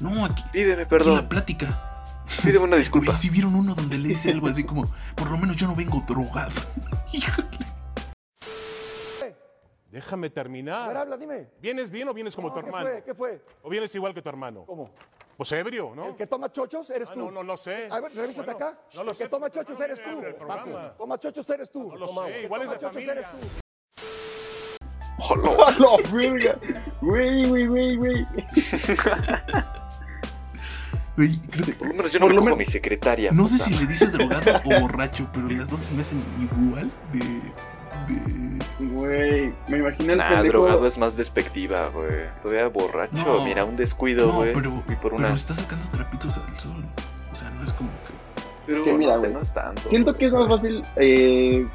Speaker 1: No, aquí, aquí
Speaker 2: pídeme
Speaker 1: la
Speaker 2: perdón,
Speaker 1: plática.
Speaker 2: pídeme una
Speaker 1: Güey,
Speaker 2: disculpa.
Speaker 1: si vieron uno donde le dice algo así como: Por lo menos yo no vengo drogado. Híjole.
Speaker 6: Déjame terminar.
Speaker 7: A ver, habla, dime.
Speaker 6: ¿Vienes bien o vienes como
Speaker 7: No,
Speaker 6: tu
Speaker 7: ¿Qué
Speaker 6: hermano?
Speaker 7: fue? ¿Qué fue?
Speaker 6: ¿O vienes igual que tu hermano?
Speaker 7: ¿Cómo?
Speaker 6: Pues ebrio, ¿no?
Speaker 7: ¿El que toma chochos eres
Speaker 6: Ah,
Speaker 7: tú?
Speaker 6: no, no, no sé.
Speaker 7: A ver, revísate
Speaker 6: Bueno,
Speaker 7: acá.
Speaker 6: no lo
Speaker 7: el que
Speaker 6: sé,
Speaker 7: toma
Speaker 6: porque
Speaker 7: chochos
Speaker 6: no
Speaker 7: eres
Speaker 6: me
Speaker 7: tú.
Speaker 6: abre el programa.
Speaker 7: Toma chochos eres tú.
Speaker 6: No lo
Speaker 7: Toma,
Speaker 6: sé,
Speaker 7: el que
Speaker 6: igual es
Speaker 7: toma
Speaker 6: de
Speaker 7: chochos
Speaker 6: familia.
Speaker 7: eres tú.
Speaker 2: Hola.
Speaker 3: ¡A la verga! Güey, güey, güey, güey.
Speaker 1: Güey, creo que-
Speaker 2: Por lo menos yo no me cojo a mi secretaria.
Speaker 1: No sé
Speaker 2: puta.
Speaker 1: si le dice drogado o borracho, pero las dos se me hacen igual de. de...
Speaker 3: Güey, me imaginé el
Speaker 2: Nah,
Speaker 3: pendejo.
Speaker 2: drogado es más despectiva, güey. Todavía borracho,
Speaker 1: No.
Speaker 2: mira, un descuido,
Speaker 1: No,
Speaker 2: güey.
Speaker 1: pero,
Speaker 2: y por una.
Speaker 1: pero está sacando trapitos al sol. O sea, no es como que.
Speaker 2: Pero
Speaker 3: Que mira,
Speaker 2: no, sé,
Speaker 3: güey.
Speaker 2: no es tanto.
Speaker 3: Siento
Speaker 2: güey.
Speaker 3: que es más fácil eh,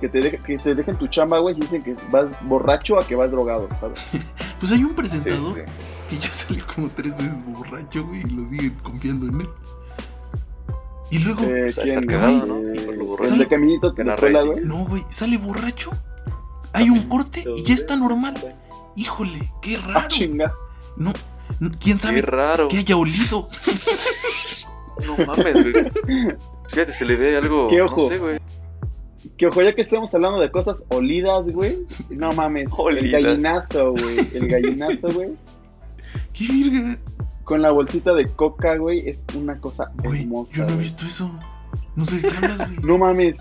Speaker 3: que, te deje- que te dejen tu chamba, güey, si dicen que vas borracho a que vas drogado, ¿sabes?
Speaker 1: Pues hay un
Speaker 2: Sí,
Speaker 1: presentador
Speaker 2: sí, sí.
Speaker 1: que ya salió como tres veces borracho, güey, y lo siguen confiando en él. Y luego,
Speaker 3: Eh,
Speaker 2: O sea,
Speaker 3: ¿quién,
Speaker 2: estar
Speaker 3: güey?
Speaker 2: pues, cagado, ¿no?
Speaker 3: Eh,
Speaker 2: Por lo borracho.
Speaker 3: el de caminito que
Speaker 2: Gana
Speaker 3: la escuela,
Speaker 2: rating.
Speaker 3: güey.
Speaker 1: no, güey, sale borracho, hay un corte y ya está normal. Híjole, qué
Speaker 3: Ah,
Speaker 1: raro.
Speaker 3: chinga.
Speaker 1: No, no, quién
Speaker 2: Qué
Speaker 1: sabe
Speaker 2: raro.
Speaker 1: que haya olido.
Speaker 2: No mames, güey. Fíjate, se le ve algo.
Speaker 3: ¿Qué ojo?
Speaker 2: No sé, güey.
Speaker 3: Que ojo, ya que estamos hablando de cosas olidas, güey. No mames.
Speaker 2: Olidas.
Speaker 3: El gallinazo, güey. El gallinazo, güey.
Speaker 1: Qué virga.
Speaker 3: Con la bolsita de coca, güey. Es una cosa
Speaker 1: Güey,
Speaker 3: hermosa.
Speaker 1: yo no he
Speaker 3: güey.
Speaker 1: visto eso. No sé de qué hablas, güey.
Speaker 3: No mames.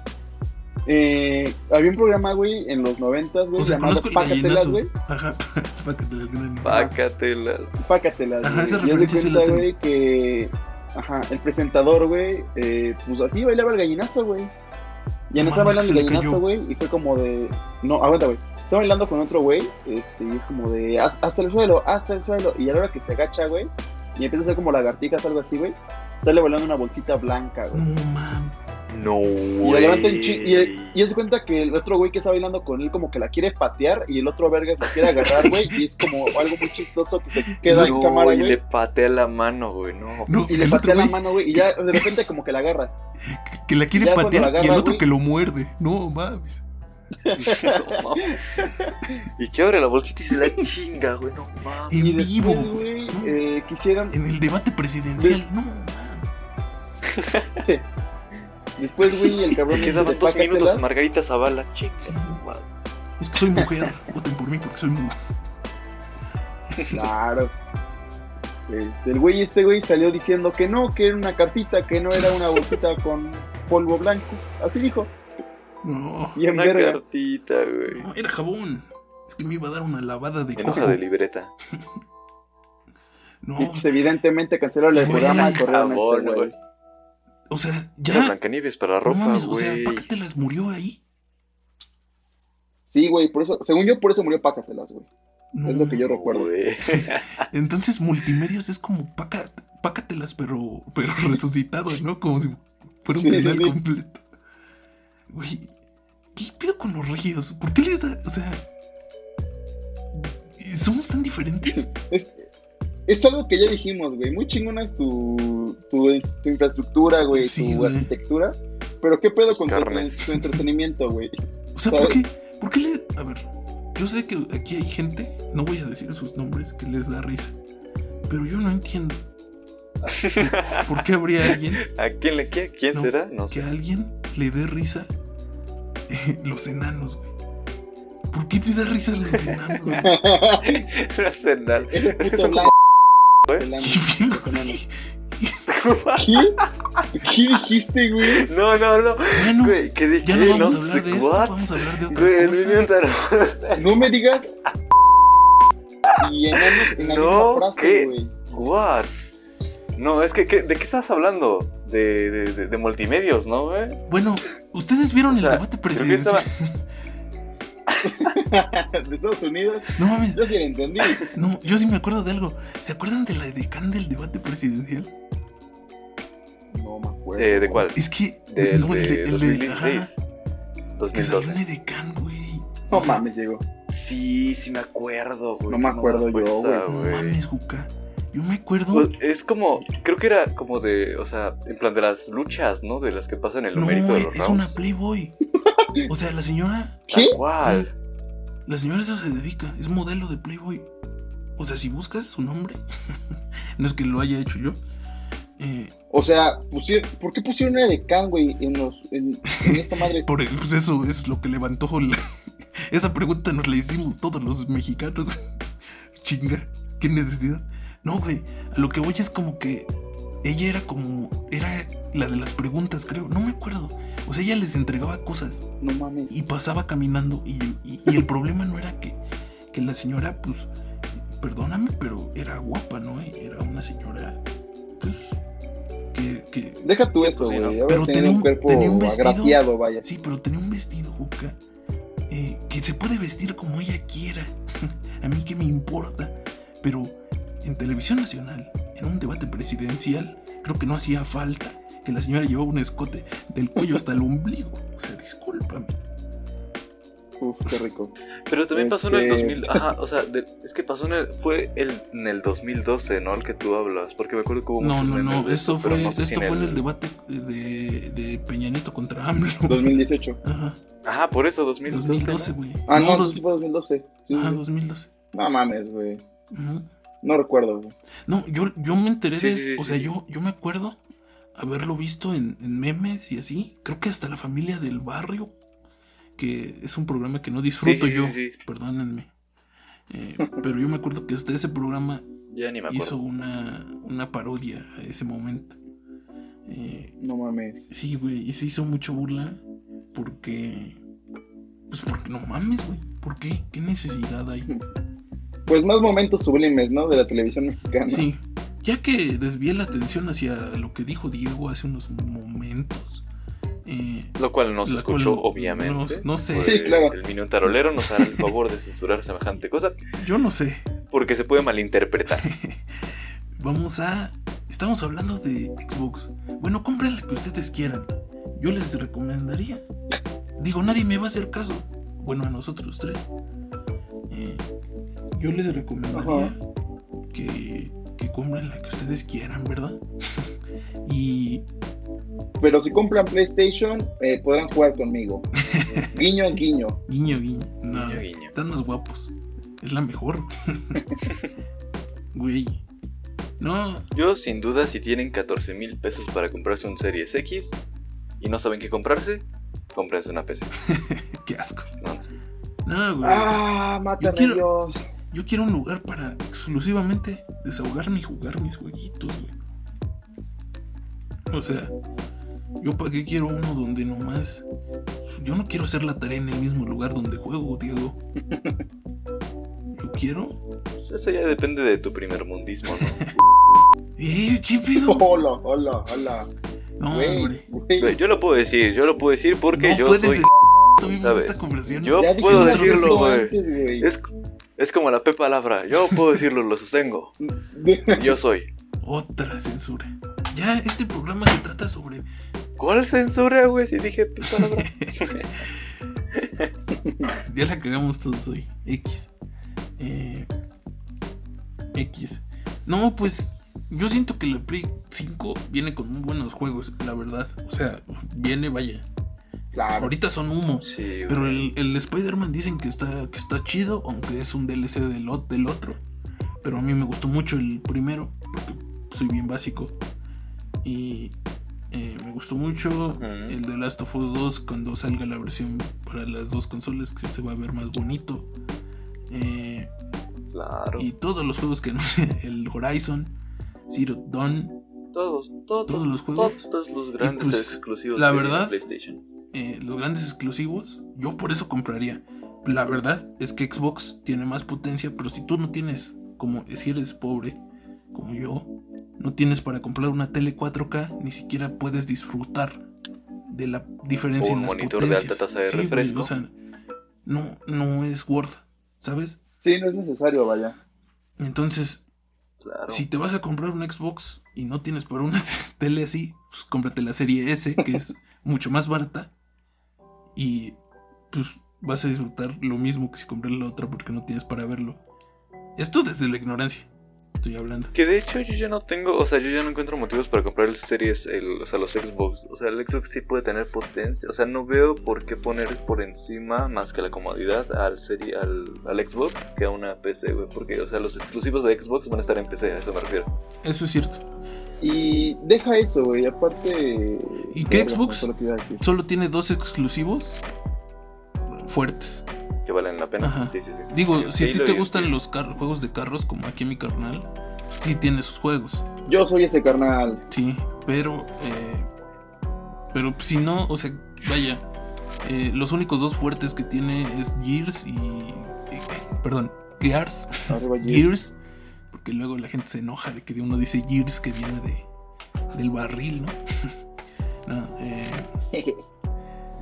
Speaker 3: Eh, había un programa, güey, en los noventas, güey,
Speaker 1: O sea,
Speaker 3: llamado
Speaker 1: conozco el
Speaker 3: Pácatelas,
Speaker 1: gallinazo.
Speaker 3: güey.
Speaker 1: Ajá, para que te las granen.
Speaker 2: Pácatelas.
Speaker 3: Pácatelas,
Speaker 1: Ajá,
Speaker 3: güey.
Speaker 1: esa
Speaker 3: Y haz de
Speaker 1: referencia sí la
Speaker 3: cuenta,
Speaker 1: tengo.
Speaker 3: güey, que... Ajá, el presentador, güey, eh, pues así bailaba el gallinazo, güey. Y en
Speaker 1: No
Speaker 3: esa
Speaker 1: mames,
Speaker 3: bailan
Speaker 1: que
Speaker 3: el
Speaker 1: se le
Speaker 3: gallinazo,
Speaker 1: cayó.
Speaker 3: güey, y fue como de. No, aguanta, güey. Está bailando con otro güey, este, y es como de. "Haz- Hasta el suelo, hasta el suelo. Y a la hora que se agacha, güey, y empieza a hacer como lagartijas o algo así, güey, sale volando una bolsita blanca, güey.
Speaker 1: No mames.
Speaker 2: No,
Speaker 3: Y la
Speaker 2: güey.
Speaker 3: levanta en chi- y, y haz de cuenta que el otro güey que está bailando con él como que la quiere patear y el otro vergas la quiere agarrar, güey, y es como algo muy chistoso que se queda
Speaker 2: No,
Speaker 3: en cámara,
Speaker 2: y
Speaker 3: güey.
Speaker 2: le patea la mano, güey. No.
Speaker 1: No,
Speaker 3: Y le
Speaker 1: el otro
Speaker 3: patea la
Speaker 1: güey
Speaker 3: mano, güey, y ya de repente como que la agarra.
Speaker 1: que la quiere
Speaker 3: ya cuando
Speaker 1: patear
Speaker 3: la agarra,
Speaker 1: y el otro
Speaker 3: güey.
Speaker 1: que lo muerde. No mames.
Speaker 2: No, mames. y que abre la bolsita y se la chinga, güey. No mames.
Speaker 1: En
Speaker 3: Y
Speaker 1: vivo.
Speaker 3: después, güey, eh, quisieron...
Speaker 1: En el debate presidencial. No mames.
Speaker 3: Después, güey, el cabrón... este
Speaker 2: Quedaban
Speaker 3: dice,
Speaker 2: dos minutos
Speaker 3: "Pácatelas".
Speaker 2: a Margarita Zavala. Chinga, no mames.
Speaker 1: Es que soy mujer. Voten por mí porque soy mujer.
Speaker 3: Claro. Este, el güey, este güey salió diciendo que no, que era una cartita, que no era una bolsita con polvo blanco. Así dijo.
Speaker 1: No.
Speaker 3: Y en
Speaker 2: Una
Speaker 3: verga.
Speaker 2: cartita, güey.
Speaker 1: No, Era jabón. Es que me iba a dar una lavada de
Speaker 2: En
Speaker 1: coco.
Speaker 2: hoja de libreta.
Speaker 1: No.
Speaker 3: Y pues evidentemente cancelaron el
Speaker 1: Güey,
Speaker 3: programa y corrieron a este
Speaker 2: Abono,
Speaker 3: güey.
Speaker 2: Ah, güey.
Speaker 1: O sea,
Speaker 2: Era
Speaker 1: ya.
Speaker 2: Blancanieves para
Speaker 1: No
Speaker 2: ropa,
Speaker 1: mames. O sea,
Speaker 2: güey.
Speaker 1: ¿para qué te las murió ahí?
Speaker 3: Sí, güey, por eso, según yo, por eso murió Pácatelas, güey.
Speaker 1: No.
Speaker 3: Es lo que yo recuerdo.
Speaker 2: Güey.
Speaker 1: Entonces, multimedios es como paca, pácatelas, pero, pero resucitado, ¿no? Como si fuera un
Speaker 3: Sí, sí,
Speaker 1: canal
Speaker 3: sí.
Speaker 1: completo. Güey, ¿qué pido con los ríos? ¿Por qué les da.? O sea. ¿Somos tan diferentes?
Speaker 3: Es algo que ya dijimos, güey. Muy chingona es tu, tu, tu infraestructura, güey,
Speaker 1: Sí,
Speaker 3: tu
Speaker 1: güey.
Speaker 3: arquitectura. Pero qué pedo
Speaker 2: Tus
Speaker 3: con tu,
Speaker 2: carnes.
Speaker 3: tu entretenimiento, güey.
Speaker 1: O sea, ¿por qué?
Speaker 3: ¿Sabe?
Speaker 1: ¿Por qué le.? A ver, yo sé que aquí hay gente, no voy a decir sus nombres, que les da risa. Pero yo no entiendo. ¿Por qué habría alguien
Speaker 2: ¿A quién le qué? ¿Quién
Speaker 1: No,
Speaker 2: será? No
Speaker 1: que
Speaker 2: sé.
Speaker 1: a alguien le dé risa eh, los enanos, güey. ¿Por qué te da risa los enanos? güey?
Speaker 2: Era Zendal.
Speaker 3: Ese
Speaker 2: Es que
Speaker 3: puto
Speaker 2: son ¿eh?
Speaker 3: blanco.
Speaker 2: güey.
Speaker 3: pelando,
Speaker 1: Y bien,
Speaker 3: pelando.
Speaker 1: güey.
Speaker 3: ¿Qué? ¿Qué dijiste, güey?
Speaker 2: No, no, no.
Speaker 1: Bueno,
Speaker 2: Güey, que de
Speaker 1: ya
Speaker 2: qué?
Speaker 1: no vamos
Speaker 2: No
Speaker 1: a hablar
Speaker 2: sé,
Speaker 1: de esto,
Speaker 2: what?
Speaker 1: vamos a hablar de otra
Speaker 2: Güey, el
Speaker 1: cosa.
Speaker 2: niño tarot.
Speaker 3: No me digas. Y enanos en la
Speaker 2: No,
Speaker 3: misma frase,
Speaker 2: ¿qué?
Speaker 3: güey.
Speaker 2: What? No, es que, ¿qué- ¿de qué estás hablando? De, de, de- de multimedios, ¿no, güey?
Speaker 1: Bueno, ustedes vieron
Speaker 2: O sea,
Speaker 1: el debate
Speaker 2: creo que
Speaker 1: Ah, presidencial.
Speaker 3: De Estados Unidos,
Speaker 1: No mames,
Speaker 3: yo sí la entendí.
Speaker 1: no, yo sí me acuerdo de algo. ¿Se acuerdan de la edecán del debate presidencial?
Speaker 3: No me acuerdo.
Speaker 2: Eh, ¿De cuál?
Speaker 1: Es que
Speaker 2: Del
Speaker 1: no, el
Speaker 2: de
Speaker 1: de, el de- ajá,
Speaker 2: 2016.
Speaker 1: que salió un
Speaker 2: 2012.
Speaker 1: edecán, güey.
Speaker 3: No
Speaker 1: O sea,
Speaker 3: mames, llegó.
Speaker 2: Sí, sí me acuerdo, güey.
Speaker 3: No me acuerdo
Speaker 2: pues,
Speaker 3: yo, güey.
Speaker 2: ah,
Speaker 1: No mames, Juca. Yo me acuerdo.
Speaker 2: Pues, es como, creo que era como de, o sea, en plan de las luchas, ¿no? De las que pasan en el
Speaker 1: no,
Speaker 2: numérito de los
Speaker 1: es una
Speaker 2: rounds.
Speaker 1: Playboy. O sea, la señora
Speaker 2: Tal
Speaker 3: ¿Qué?
Speaker 2: cual.
Speaker 1: Sí. La señora esa se dedica, es modelo de Playboy. O sea, si buscas su nombre, no es que lo haya hecho yo. eh,
Speaker 3: O sea, pusieron, ¿por qué pusieron una de Can, güey, en, los, en, en esa madre?
Speaker 1: por el- pues eso es lo que levantó la- esa pregunta nos la hicimos todos los mexicanos. Chinga, qué necesidad. No, güey, a lo que voy es como que ella era como era la de las preguntas, creo, no me acuerdo. O sea, ella les entregaba cosas.
Speaker 3: No mames.
Speaker 1: y pasaba caminando y, y- y el problema no era que, que la señora, pues, perdóname, pero era guapa, ¿no? Y Era una señora, pues, que, que-
Speaker 3: Deja tú eso,
Speaker 2: Sí,
Speaker 3: güey.
Speaker 2: ¿no?
Speaker 3: Ahora
Speaker 1: Pero
Speaker 3: tienen
Speaker 1: tenía un-
Speaker 3: un cuerpo
Speaker 1: tenía un vestido.
Speaker 3: agraciado, vaya.
Speaker 1: sí, pero tenía un vestido, Juca, eh, que se puede vestir como ella quiera. A mí qué me importa, pero en televisión nacional, en un debate presidencial, creo que no hacía falta que la señora llevaba un escote del cuello hasta el ombligo. O sea, discúlpame.
Speaker 3: Uf, qué rico.
Speaker 2: Pero también pasó en el
Speaker 3: Este-
Speaker 2: 2000. Ajá, o sea, de- es que pasó en el. Fue el, en el 2012, ¿no? El que tú hablas. Porque me acuerdo que hubo
Speaker 1: No,
Speaker 2: muchos
Speaker 1: no,
Speaker 2: memes
Speaker 1: no,
Speaker 2: de
Speaker 1: esto
Speaker 2: pero
Speaker 1: fue,
Speaker 2: no sé si
Speaker 1: esto fue en el debate de, de Peña Nieto contra AMLO.
Speaker 3: 2018.
Speaker 1: Ajá,
Speaker 2: Ajá, por eso, 2012.
Speaker 1: 2012,
Speaker 2: ¿no?
Speaker 1: güey.
Speaker 3: Ah, no,
Speaker 1: dos- Ah,
Speaker 3: sí fue 2012. Sí,
Speaker 1: ajá,
Speaker 3: sí.
Speaker 1: 2012.
Speaker 3: No mames, güey.
Speaker 1: Ujú.
Speaker 3: No recuerdo, güey.
Speaker 1: No, yo, yo me enteré
Speaker 2: Sí,
Speaker 1: de
Speaker 2: sí,
Speaker 1: es-
Speaker 2: sí,
Speaker 1: o
Speaker 2: sí,
Speaker 1: sea,
Speaker 2: sí.
Speaker 1: Yo, yo me acuerdo haberlo visto en, en memes y así. Creo que hasta la familia del barrio, que es un programa que no disfruto
Speaker 2: sí,
Speaker 1: yo,
Speaker 2: sí, sí.
Speaker 1: perdónenme. Eh, pero yo me acuerdo que hasta ese programa
Speaker 2: Ya ni me acuerdo.
Speaker 1: hizo una, una parodia a ese momento. Eh,
Speaker 3: No mames.
Speaker 1: Sí, güey, y se hizo mucho burla porque... Pues porque no mames, güey. ¿Por qué? ¿Qué necesidad hay?
Speaker 3: Pues más momentos sublimes, ¿no? De la televisión mexicana.
Speaker 1: Sí. Ya que desvié la atención hacia lo que dijo Diego hace unos momentos, eh, eh,
Speaker 2: Lo cual no se
Speaker 1: La cual
Speaker 2: escuchó,
Speaker 1: no-
Speaker 2: obviamente.
Speaker 1: no- no sé.
Speaker 2: Pues,
Speaker 3: Sí, claro.
Speaker 2: El minutarolero nos hará el favor de censurar semejante cosa
Speaker 1: yo no sé.
Speaker 2: porque se puede malinterpretar.
Speaker 1: Vamos a. Estamos hablando de Xbox. Bueno, compren la que ustedes quieran. Yo les recomendaría. Digo, nadie me va a hacer caso. Bueno, a nosotros tres. Eh, yo les recomendaría
Speaker 3: Ajá.
Speaker 1: que, que compren la que ustedes quieran, ¿verdad? y
Speaker 3: Pero si compran PlayStation, eh, podrán jugar conmigo. Guiño, guiño.
Speaker 1: guiño, guiño. No,
Speaker 2: Guiño, guiño.
Speaker 1: están más guapos. Es la mejor. Güey. No,
Speaker 2: Yo, sin duda, si tienen 14 mil pesos para comprarse un Series X y no saben qué comprarse, cómprense una PC.
Speaker 1: qué asco.
Speaker 2: No, no sé.
Speaker 1: No, güey.
Speaker 3: Ah, mátame
Speaker 1: Yo quiero-
Speaker 3: Dios.
Speaker 1: Yo quiero un lugar para exclusivamente desahogarme y jugar mis jueguitos, güey. O sea, yo para qué quiero uno donde nomás. Yo no quiero hacer la tarea en el mismo lugar donde juego, Diego. Yo quiero.
Speaker 2: Pues eso ya depende de tu primer mundismo, ¿no?
Speaker 1: ¡Eh, qué pedo!
Speaker 3: Hola, hola, hola.
Speaker 1: No,
Speaker 3: Güey,
Speaker 1: hombre.
Speaker 2: Güey,
Speaker 3: güey.
Speaker 2: Yo lo puedo decir, yo lo puedo decir porque
Speaker 1: no
Speaker 2: yo
Speaker 1: puedes
Speaker 2: soy.
Speaker 1: decir. Tuvimos
Speaker 2: ¿sabes?
Speaker 1: esta conversación.
Speaker 2: Yo
Speaker 3: Ya dijimos
Speaker 2: puedo
Speaker 1: eso
Speaker 2: decirlo, güey.
Speaker 3: antes, güey.
Speaker 2: Es, es como la P palabra. Yo puedo decirlo, lo sostengo. Yo soy.
Speaker 1: Otra censura. Ya, este programa se trata sobre.
Speaker 2: ¿Cuál censura, güey? Si dije P palabra.
Speaker 1: Ya la cagamos todos hoy. X. Eh, X. No, pues yo siento que la Play 5 viene con muy buenos juegos, la verdad. O sea, viene, vaya.
Speaker 3: Claro.
Speaker 1: Ahorita son humos.
Speaker 2: Sí,
Speaker 1: Pero el, el Spider-Man dicen que está, que está chido, aunque es un DLC del, ot- del otro. Pero a mí me gustó mucho el primero, porque soy bien básico. Y eh, me gustó mucho el de Last of Us 2 cuando salga la versión para las dos consolas, que se va a ver más bonito. Eh,
Speaker 2: claro.
Speaker 1: y todos los juegos que no sé, el Horizon, Zero Dawn,
Speaker 2: Todos, todos,
Speaker 1: todos los juegos.
Speaker 2: Todos los grandes
Speaker 1: pues,
Speaker 2: exclusivos
Speaker 1: la
Speaker 2: de
Speaker 1: verdad,
Speaker 2: PlayStation.
Speaker 1: eh, los grandes exclusivos, yo por eso compraría. La verdad es que Xbox tiene más potencia, pero si tú no tienes, como eh, si eres pobre, como yo, no tienes para comprar una tele 4K, ni siquiera puedes disfrutar de la diferencia
Speaker 2: O un
Speaker 1: en las
Speaker 2: monitor de
Speaker 1: potencias.
Speaker 2: alta tasa de
Speaker 1: Sí, güey,
Speaker 2: refresco.
Speaker 1: o sea, no, no es Word, ¿sabes?
Speaker 3: Sí, no es necesario, vaya.
Speaker 1: Entonces,
Speaker 2: Claro.
Speaker 1: si te vas a comprar un Xbox y no tienes para una tele así, pues cómprate la serie S, que es mucho más barata. Y pues vas a disfrutar lo mismo que si compras la otra porque no tienes para verlo. Esto desde la ignorancia. Estoy hablando.
Speaker 2: Que de hecho yo ya no tengo, o sea, yo ya no encuentro motivos para comprar el series, el, o sea, los Xbox. O sea, el Xbox sí puede tener potencia. O sea, no veo por qué poner por encima más que la comodidad al serie, al, al Xbox que a una PC, güey. Porque, o sea, los exclusivos de Xbox van a estar en PC, a eso me refiero.
Speaker 1: Eso es cierto.
Speaker 3: Y deja eso, güey. Aparte.
Speaker 1: ¿Y qué
Speaker 3: verga,
Speaker 1: Xbox?
Speaker 3: fue lo que iba a decir.
Speaker 1: Solo tiene dos exclusivos fuertes.
Speaker 2: Que valen la pena.
Speaker 1: Ajá.
Speaker 2: Sí, sí, sí.
Speaker 1: Digo,
Speaker 2: El
Speaker 1: si a ti
Speaker 2: Halo y
Speaker 1: te
Speaker 2: el
Speaker 1: gustan
Speaker 2: Gears.
Speaker 1: los car- juegos de carros, como aquí mi carnal, pues, sí tiene sus juegos.
Speaker 3: Yo soy ese carnal.
Speaker 1: Sí, pero. eh, pero si no, o sea, vaya. eh, los únicos dos fuertes que tiene es Gears y. eh, perdón, Gears.
Speaker 3: Arriba, Jim.
Speaker 1: Gears. Porque luego la gente se enoja de que uno dice Gears que viene de, del barril, ¿no? no, eh,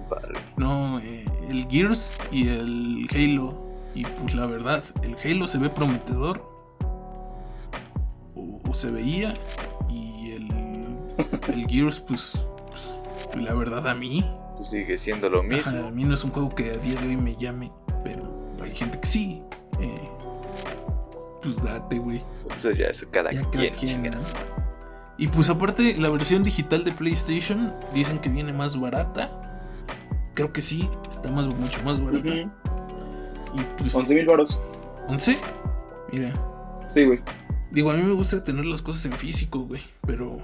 Speaker 2: Vale.
Speaker 1: no, eh, el Gears y el Halo. Y pues la verdad, el Halo se ve prometedor. O, o se veía. Y el, el Gears, pues, pues, pues, la verdad a mí.
Speaker 2: Pues sigue siendo lo
Speaker 1: ajá,
Speaker 2: mismo.
Speaker 1: a mí no es un juego que a día de hoy me llame. Pero hay gente que sí. eh, pues date, güey.
Speaker 2: Entonces Pues ya eso cada
Speaker 1: Ya cada
Speaker 2: quien.
Speaker 1: quien,
Speaker 2: chingadas.
Speaker 1: ¿no? Y pues aparte, la versión digital de PlayStation dicen que viene más barata. Creo que sí, está más, mucho más barata.
Speaker 3: Ujú.
Speaker 1: Y pues.
Speaker 3: 11 mil baros.
Speaker 1: ¿11? Mira.
Speaker 3: Sí, güey.
Speaker 1: Digo, a mí me gusta tener las cosas en físico, güey. Pero.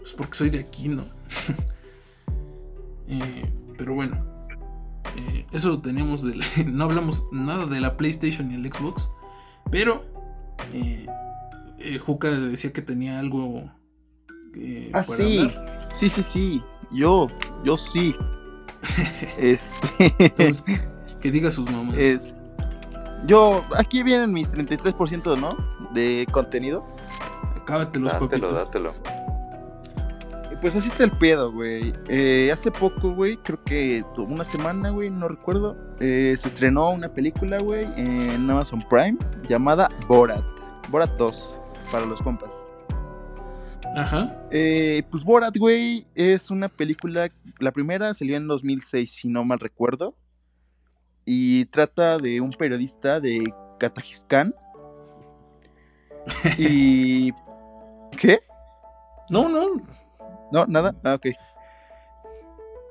Speaker 1: Pues porque soy de aquí, ¿no? Eh, pero bueno. Eh, eso lo tenemos del. no hablamos nada de la PlayStation y el Xbox. Pero. Eh, eh, Juca decía que tenía algo. eh,
Speaker 8: Ah,
Speaker 1: para
Speaker 8: sí.
Speaker 1: hablar.
Speaker 8: Sí, sí, sí. Yo, yo sí. este.
Speaker 1: Entonces, que diga sus mamás.
Speaker 3: Eh,
Speaker 8: es. Yo, aquí vienen mis 33%, ¿no? De contenido.
Speaker 1: Acábatelos,
Speaker 2: Dátelo,
Speaker 1: papito.
Speaker 2: dátelo.
Speaker 8: Pues así está el pedo, güey. Eh, hace poco, güey, creo que tu- una semana, güey, no recuerdo, eh, se estrenó una película, güey, en Amazon Prime llamada Borat. Borat 2, para los compas.
Speaker 1: Ajá.
Speaker 8: Eh, pues Borat, güey, es una película, la primera salió en 2006, si no mal recuerdo, y trata de un periodista de Kazajistán. Y... ¿Qué?
Speaker 1: No, no.
Speaker 8: No, nada. Ah, ok.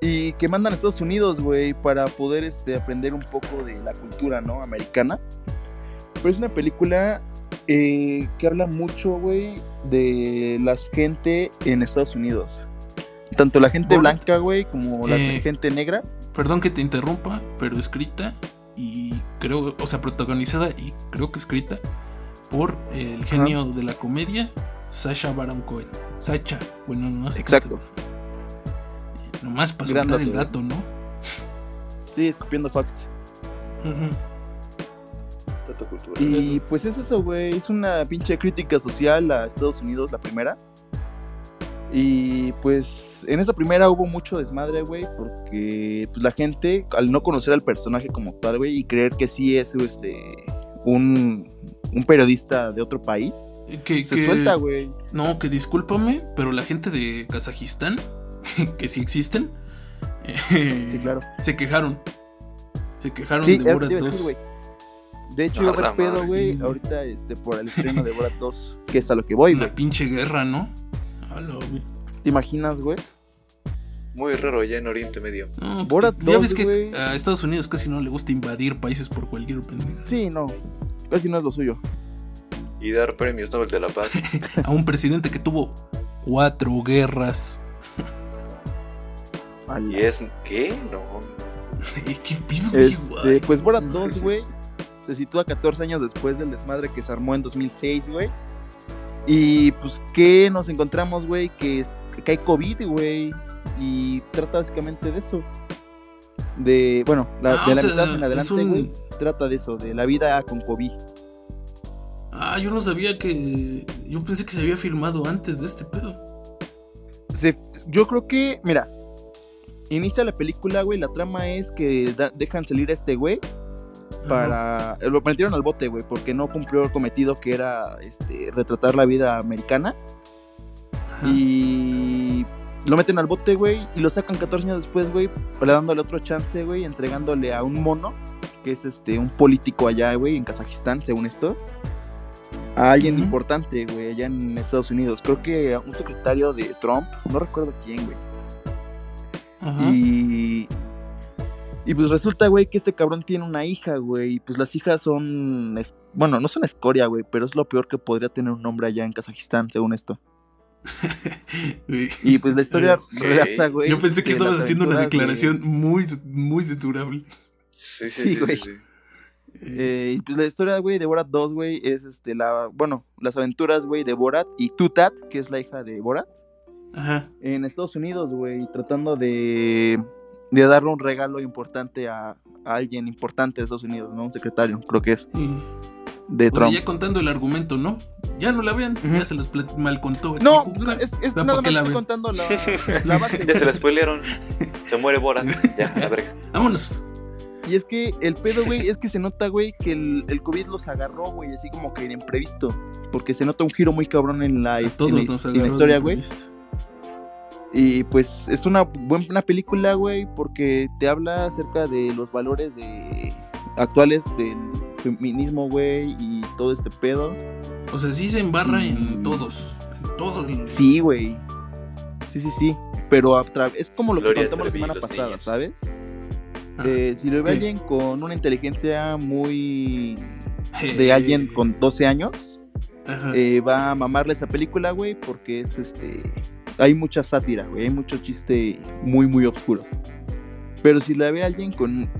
Speaker 8: Y que mandan a Estados Unidos, güey, para poder este, aprender un poco de la cultura, ¿no? Americana. Pero es una película eh, que habla mucho, güey, de la gente en Estados Unidos. Tanto la gente
Speaker 1: Borat.
Speaker 8: blanca, güey, como la
Speaker 1: Eh.
Speaker 8: gente negra.
Speaker 1: Perdón que te interrumpa, pero escrita y creo, o sea, protagonizada y creo que escrita por el genio de la comedia, Sasha Baron Cohen. Sacha, bueno, no sé cómo se-
Speaker 8: Exacto. ¿eh?
Speaker 1: Eh, Nomás para
Speaker 8: Gran
Speaker 1: soltar el
Speaker 8: dato,
Speaker 1: dato, ¿no?
Speaker 8: Sí, escupiendo facts.
Speaker 1: Ujú.
Speaker 2: Dato cultural.
Speaker 8: Y pues es eso, güey. Es una pinche crítica social a Estados Unidos, la primera. Y pues en esa primera hubo mucho desmadre, güey, porque pues, la gente, al no conocer al personaje como tal, güey, y creer que sí es este, un, un periodista de otro país,
Speaker 1: Eh, Que,
Speaker 8: se
Speaker 1: que-
Speaker 8: suelta, güey.
Speaker 1: No, que discúlpame, pero la gente de Kazajistán, que sí existen, eh,
Speaker 8: Sí, claro.
Speaker 1: se quejaron. Se quejaron
Speaker 8: Sí,
Speaker 1: de
Speaker 8: eso
Speaker 1: Borat
Speaker 8: te iba a
Speaker 1: 2.
Speaker 8: decir, güey. De hecho, iba a
Speaker 2: A la
Speaker 8: haber pedo,
Speaker 2: madre.
Speaker 8: güey,
Speaker 1: Sí.
Speaker 8: ahorita este, por el estreno de Borat 2, que es a lo que voy, güey.
Speaker 1: Una pinche guerra, ¿no? Ala, güey.
Speaker 8: ¿Te imaginas, güey?
Speaker 2: Muy raro ya en Oriente Medio.
Speaker 1: No,
Speaker 8: Borat
Speaker 1: Ah, ya
Speaker 8: 2,
Speaker 1: ves que
Speaker 8: güey.
Speaker 1: a Estados Unidos casi no le gusta invadir países por cualquier pendeja.
Speaker 8: Sí, no. Casi no es lo suyo.
Speaker 2: Y dar premios Nobel de la Paz.
Speaker 1: A un presidente que tuvo cuatro guerras.
Speaker 2: ¿Y es qué? No.
Speaker 1: Eh, ¿Qué pido?
Speaker 8: Este, pues Borat 2, güey, se sitúa 14 años después del desmadre que se armó en 2006, güey. Y pues, ¿qué nos encontramos, güey? Que, es- que hay COVID, güey. Y trata básicamente de eso. De, bueno, la-
Speaker 1: Ah,
Speaker 8: de
Speaker 1: o
Speaker 8: la
Speaker 1: sea,
Speaker 8: mitad en
Speaker 1: es
Speaker 8: adelante,
Speaker 1: un-
Speaker 8: güey. Trata de eso, de la vida con COVID.
Speaker 1: Ah, yo no sabía que. Yo pensé que se había filmado antes de este pedo.
Speaker 8: Se- yo creo que, mira, inicia la película, güey. La trama es que da- dejan salir a este güey para eh, lo metieron al bote, güey, porque no cumplió el cometido que era este, retratar la vida americana
Speaker 1: Ajá.
Speaker 8: y lo meten al bote, güey, y lo sacan 14 años después, güey, para dándole otro chance, güey, entregándole a un mono que es este un político allá, güey, en Kazajistán, según esto. A alguien
Speaker 1: Ujú.
Speaker 8: importante, güey, allá en Estados Unidos. Creo que a un secretario de Trump, no recuerdo quién, güey.
Speaker 1: Ajá.
Speaker 8: Y. Y pues resulta, güey, que este cabrón tiene una hija, güey. Y pues las hijas son. es- Bueno, no son escoria, güey, pero es lo peor que podría tener un hombre allá en Kazajistán, según esto.
Speaker 1: Güey.
Speaker 8: Y pues la historia
Speaker 2: Ok.
Speaker 8: relata, güey.
Speaker 1: Yo pensé que
Speaker 8: de
Speaker 1: estabas
Speaker 8: las
Speaker 1: haciendo una
Speaker 8: aventuras,
Speaker 1: declaración muy, muy censurable.
Speaker 2: Sí,
Speaker 8: Sí,
Speaker 2: sí, sí. sí,
Speaker 8: güey.
Speaker 2: sí.
Speaker 8: güey. Eh, y pues la historia, güey, de Borat 2, güey, es este, la. Bueno, las aventuras, güey, de Borat y Tutat, que es la hija de Borat,
Speaker 1: Ajá.
Speaker 8: en Estados Unidos, güey, tratando de. De darle un regalo importante a, a alguien importante de Estados Unidos, ¿no? Un secretario, creo que es,
Speaker 1: Y-
Speaker 8: de
Speaker 1: o sea,
Speaker 8: Trump.
Speaker 1: ya contando el argumento, ¿no? Ya no la vean,
Speaker 8: Ujú.
Speaker 1: ya se los plat- mal contó. aquí
Speaker 8: No,
Speaker 1: Juca.
Speaker 8: es, es
Speaker 1: Va,
Speaker 8: nada
Speaker 1: ¿pa' qué
Speaker 8: más
Speaker 1: la
Speaker 8: estoy
Speaker 1: ven?
Speaker 8: contando la, la base.
Speaker 2: Ya se la spoilearon. Se muere Borat. Ya, a ver.
Speaker 1: Vámonos.
Speaker 8: Y es que el pedo, güey, es que se nota, güey, que el, el COVID los agarró, güey, así como que de imprevisto. Porque se nota un giro muy cabrón en la,
Speaker 1: A
Speaker 8: en la-
Speaker 1: todos nos
Speaker 8: en
Speaker 1: agarró.
Speaker 8: la
Speaker 1: de
Speaker 8: historia, güey.
Speaker 1: imprevisto.
Speaker 8: Y pues es una buena película, güey, porque te habla acerca de los valores de, actuales del feminismo, güey, y todo este pedo.
Speaker 1: O sea, sí se embarra en
Speaker 8: Mm.
Speaker 1: todos. En todos. los-
Speaker 8: Sí, güey. Sí, sí, sí. Pero a tra- es como lo
Speaker 2: Gloria
Speaker 8: que contamos la
Speaker 2: Trevi y
Speaker 8: semana
Speaker 2: los
Speaker 8: pasada,
Speaker 2: niños.
Speaker 8: ¿sabes?
Speaker 1: Ah,
Speaker 8: Eh, si lo ve
Speaker 1: ok.
Speaker 8: alguien con una inteligencia muy
Speaker 1: Eh, ah.
Speaker 8: de alguien con 12 años,
Speaker 1: Ajá.
Speaker 8: eh, va a mamarle esa película, güey, porque es este. Hay mucha sátira, güey, hay mucho chiste muy, muy oscuro. Pero si la ve alguien con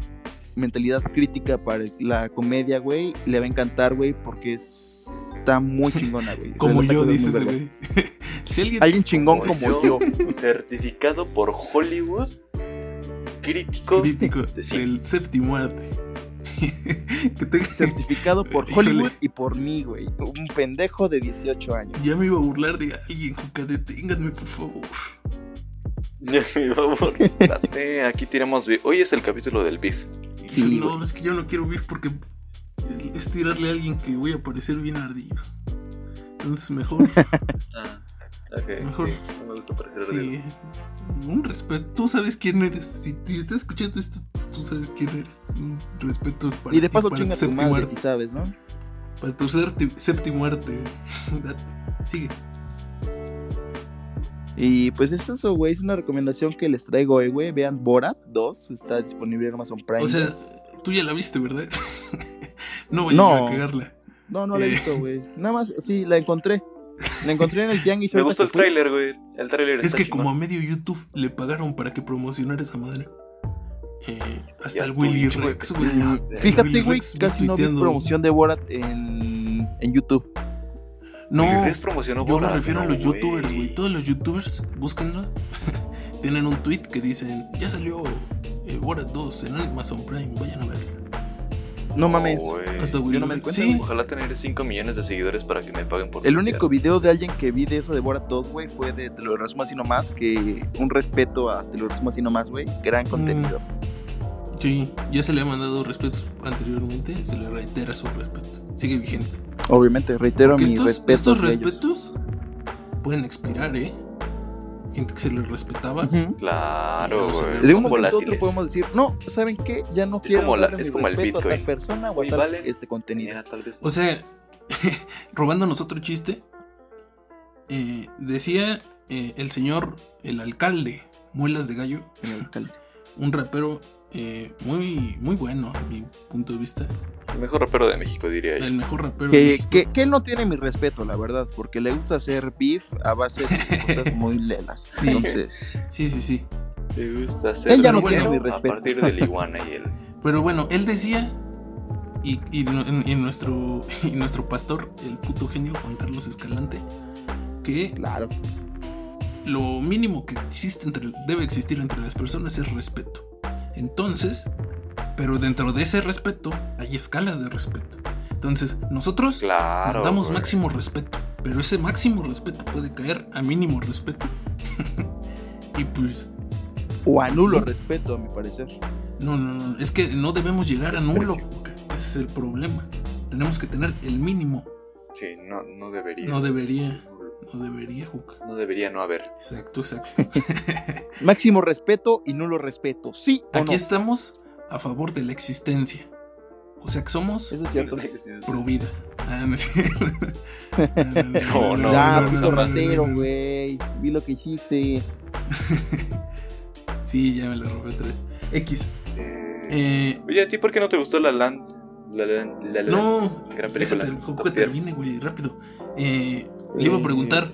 Speaker 8: mentalidad crítica para la comedia, güey, le va a encantar, güey, porque es- está muy chingona, güey.
Speaker 1: como
Speaker 8: Relata
Speaker 1: yo,
Speaker 8: cosas muy
Speaker 1: dices,
Speaker 8: vergas.
Speaker 1: güey. si alguien.
Speaker 8: Alguien chingón como yo.
Speaker 2: Certificado por Hollywood. Crítico.
Speaker 1: crítico
Speaker 2: Sí.
Speaker 1: del séptimo arte. que tenga-
Speaker 8: certificado por
Speaker 1: Híjole.
Speaker 8: Hollywood y por mí, güey. Un pendejo de 18 años.
Speaker 1: Ya me iba a burlar de alguien, Juca. Deténganme, por favor.
Speaker 2: Por favor, date, aquí tiramos beef. Hoy es el capítulo del beef.
Speaker 1: Y
Speaker 8: Sí,
Speaker 1: dije, no,
Speaker 8: güey.
Speaker 1: es que yo no quiero vivir porque es tirarle a alguien que voy a parecer bien ardido. Entonces mejor,
Speaker 2: Ah, ok.
Speaker 1: Mejor.
Speaker 2: sí, no me gusta parecer ardido.
Speaker 1: sí, un respeto. Tú sabes quién eres. Si te estás escuchando esto, tú sabes quién eres. Un respeto para
Speaker 8: Y de
Speaker 1: ti,
Speaker 8: paso
Speaker 1: para
Speaker 8: chinga tu
Speaker 1: séptimo
Speaker 8: madre,
Speaker 1: arte.
Speaker 8: si sabes, ¿no?
Speaker 1: Para tu sépti- séptimo arte. Date. Sigue.
Speaker 8: Y pues es eso, güey. Es una recomendación que les traigo hoy, güey. Vean Borat 2. Está disponible en Amazon Prime.
Speaker 1: O sea, tú ya la viste, ¿verdad? no vayan
Speaker 8: No.
Speaker 1: a cagarla.
Speaker 8: no, no la he
Speaker 1: eh.
Speaker 8: visto, güey. Nada más, sí, la encontré. La encontré en el Tianguis.
Speaker 2: Me gustó
Speaker 8: ahorita
Speaker 2: el
Speaker 8: fui.
Speaker 2: tráiler, güey. El tráiler
Speaker 1: Es
Speaker 2: está
Speaker 1: que
Speaker 2: chingón.
Speaker 1: como a medio YouTube le pagaron para que promocionara esa madre. Eh, hasta
Speaker 2: Ya
Speaker 1: el
Speaker 2: tú,
Speaker 1: Willy
Speaker 2: hijo de Ah,
Speaker 1: Rex,
Speaker 2: tu
Speaker 1: güey.
Speaker 2: puta
Speaker 1: El
Speaker 8: Fíjate,
Speaker 1: Willy
Speaker 8: güey,
Speaker 1: Rex
Speaker 8: casi no vi
Speaker 1: tuiteando.
Speaker 8: promoción de Borat en, en YouTube.
Speaker 1: No,
Speaker 2: Willy Rex promocionó
Speaker 1: yo me
Speaker 2: Borat,
Speaker 1: refiero a
Speaker 2: no,
Speaker 1: los youtubers, güey. Todos los youtubers, búsquenlo. Tienen un tweet que dicen, ya salió eh, Borat 2 en Amazon Prime, vayan a ver.
Speaker 8: No mames.
Speaker 2: güey.
Speaker 1: Hasta Willy
Speaker 8: yo no me di
Speaker 1: Rex.
Speaker 8: cuenta,
Speaker 1: Sí,
Speaker 2: Ojalá tener 5 millones de seguidores para que me paguen por
Speaker 8: El
Speaker 2: tuitear.
Speaker 8: único video de alguien que vi de eso de Borat 2, güey, fue de Te lo resumo así nomás, que un respeto a Te lo resumo así nomás, güey.
Speaker 1: Mm.
Speaker 8: Gran contenido.
Speaker 1: sí, ya se le ha mandado respetos anteriormente, se le reitera su respeto. Sigue vigente.
Speaker 8: Obviamente, reitero
Speaker 1: Porque
Speaker 8: mis
Speaker 1: estos,
Speaker 8: respetos.
Speaker 1: estos
Speaker 8: de ellos.
Speaker 1: respetos pueden expirar, ¿eh? Gente que se les respetaba.
Speaker 8: Ujú.
Speaker 2: Claro,
Speaker 1: Vamos a
Speaker 2: güey.
Speaker 1: ver.
Speaker 8: De
Speaker 2: Es
Speaker 8: un momento a otro
Speaker 2: volátiles.
Speaker 8: podemos decir, no, ¿saben qué? Ya no quiero
Speaker 2: como la-
Speaker 8: darle
Speaker 2: es
Speaker 8: mi
Speaker 2: como el
Speaker 8: respeto a
Speaker 2: Bitcoin.
Speaker 8: tal persona o a
Speaker 2: Güey,
Speaker 8: tal
Speaker 2: vale.
Speaker 8: este contenido.
Speaker 2: Mira, tal vez no.
Speaker 1: O sea, robándonos otro chiste, eh, decía eh, el señor, el alcalde, Muelas de Gallo,
Speaker 8: señor alcalde.
Speaker 1: un rapero eh, muy, muy bueno a mi punto de vista,
Speaker 2: El mejor rapero de México, diría yo.
Speaker 1: el mejor rapero. de
Speaker 8: Que,
Speaker 1: México.
Speaker 8: que, que él no tiene mi respeto, la verdad, porque le gusta hacer beef a base de cosas muy lelas.
Speaker 1: Sí.
Speaker 8: Entonces,
Speaker 1: Sí, sí, sí.
Speaker 2: Me gusta hacer-
Speaker 8: él ya no
Speaker 1: Pero
Speaker 8: tiene
Speaker 1: bueno,
Speaker 8: mi
Speaker 2: A
Speaker 8: respeto.
Speaker 2: partir del iguana y el...
Speaker 1: Pero bueno, él decía, y, y no- en- en nuestro, y nuestro pastor, el puto genio Juan Carlos Escalante, que
Speaker 8: Claro.
Speaker 1: lo mínimo que existe entre, debe existir entre las personas es respeto. Entonces, pero dentro de ese respeto hay escalas de respeto. Entonces, nosotros
Speaker 2: Claro,
Speaker 1: nos damos
Speaker 2: güey.
Speaker 1: máximo respeto, pero ese máximo respeto puede caer a mínimo respeto. y pues,
Speaker 8: O anulo respeto, a mi parecer.
Speaker 1: no, no, no, es que no debemos llegar a nulo. Ese es el problema. Tenemos que tener el mínimo.
Speaker 2: Sí, no, no debería.
Speaker 1: No debería, no debería, Juca.
Speaker 2: No debería no haber.
Speaker 1: Exacto, exacto.
Speaker 8: Máximo respeto y nulo respeto. Sí o
Speaker 1: Aquí
Speaker 8: no.
Speaker 1: estamos a favor de la existencia. O sea que somos
Speaker 8: Eso es cierto.
Speaker 1: pro vida. Ah, no es cierto. Ah,
Speaker 2: No, no,
Speaker 8: ya,
Speaker 2: no,
Speaker 8: puto
Speaker 1: no,
Speaker 8: ratero,
Speaker 1: no, no.
Speaker 8: güey. Vi lo que hiciste.
Speaker 1: Sí, ya me lo robé otra vez. X.
Speaker 2: Eh,
Speaker 1: Eh,
Speaker 2: Oye, ¿a ti por qué no te gustó La Land? La Land, La Land.
Speaker 1: no,
Speaker 2: gran película.
Speaker 1: déjate, Juca,
Speaker 2: Top tier.
Speaker 1: termine, güey, rápido. Eh, le iba a preguntar,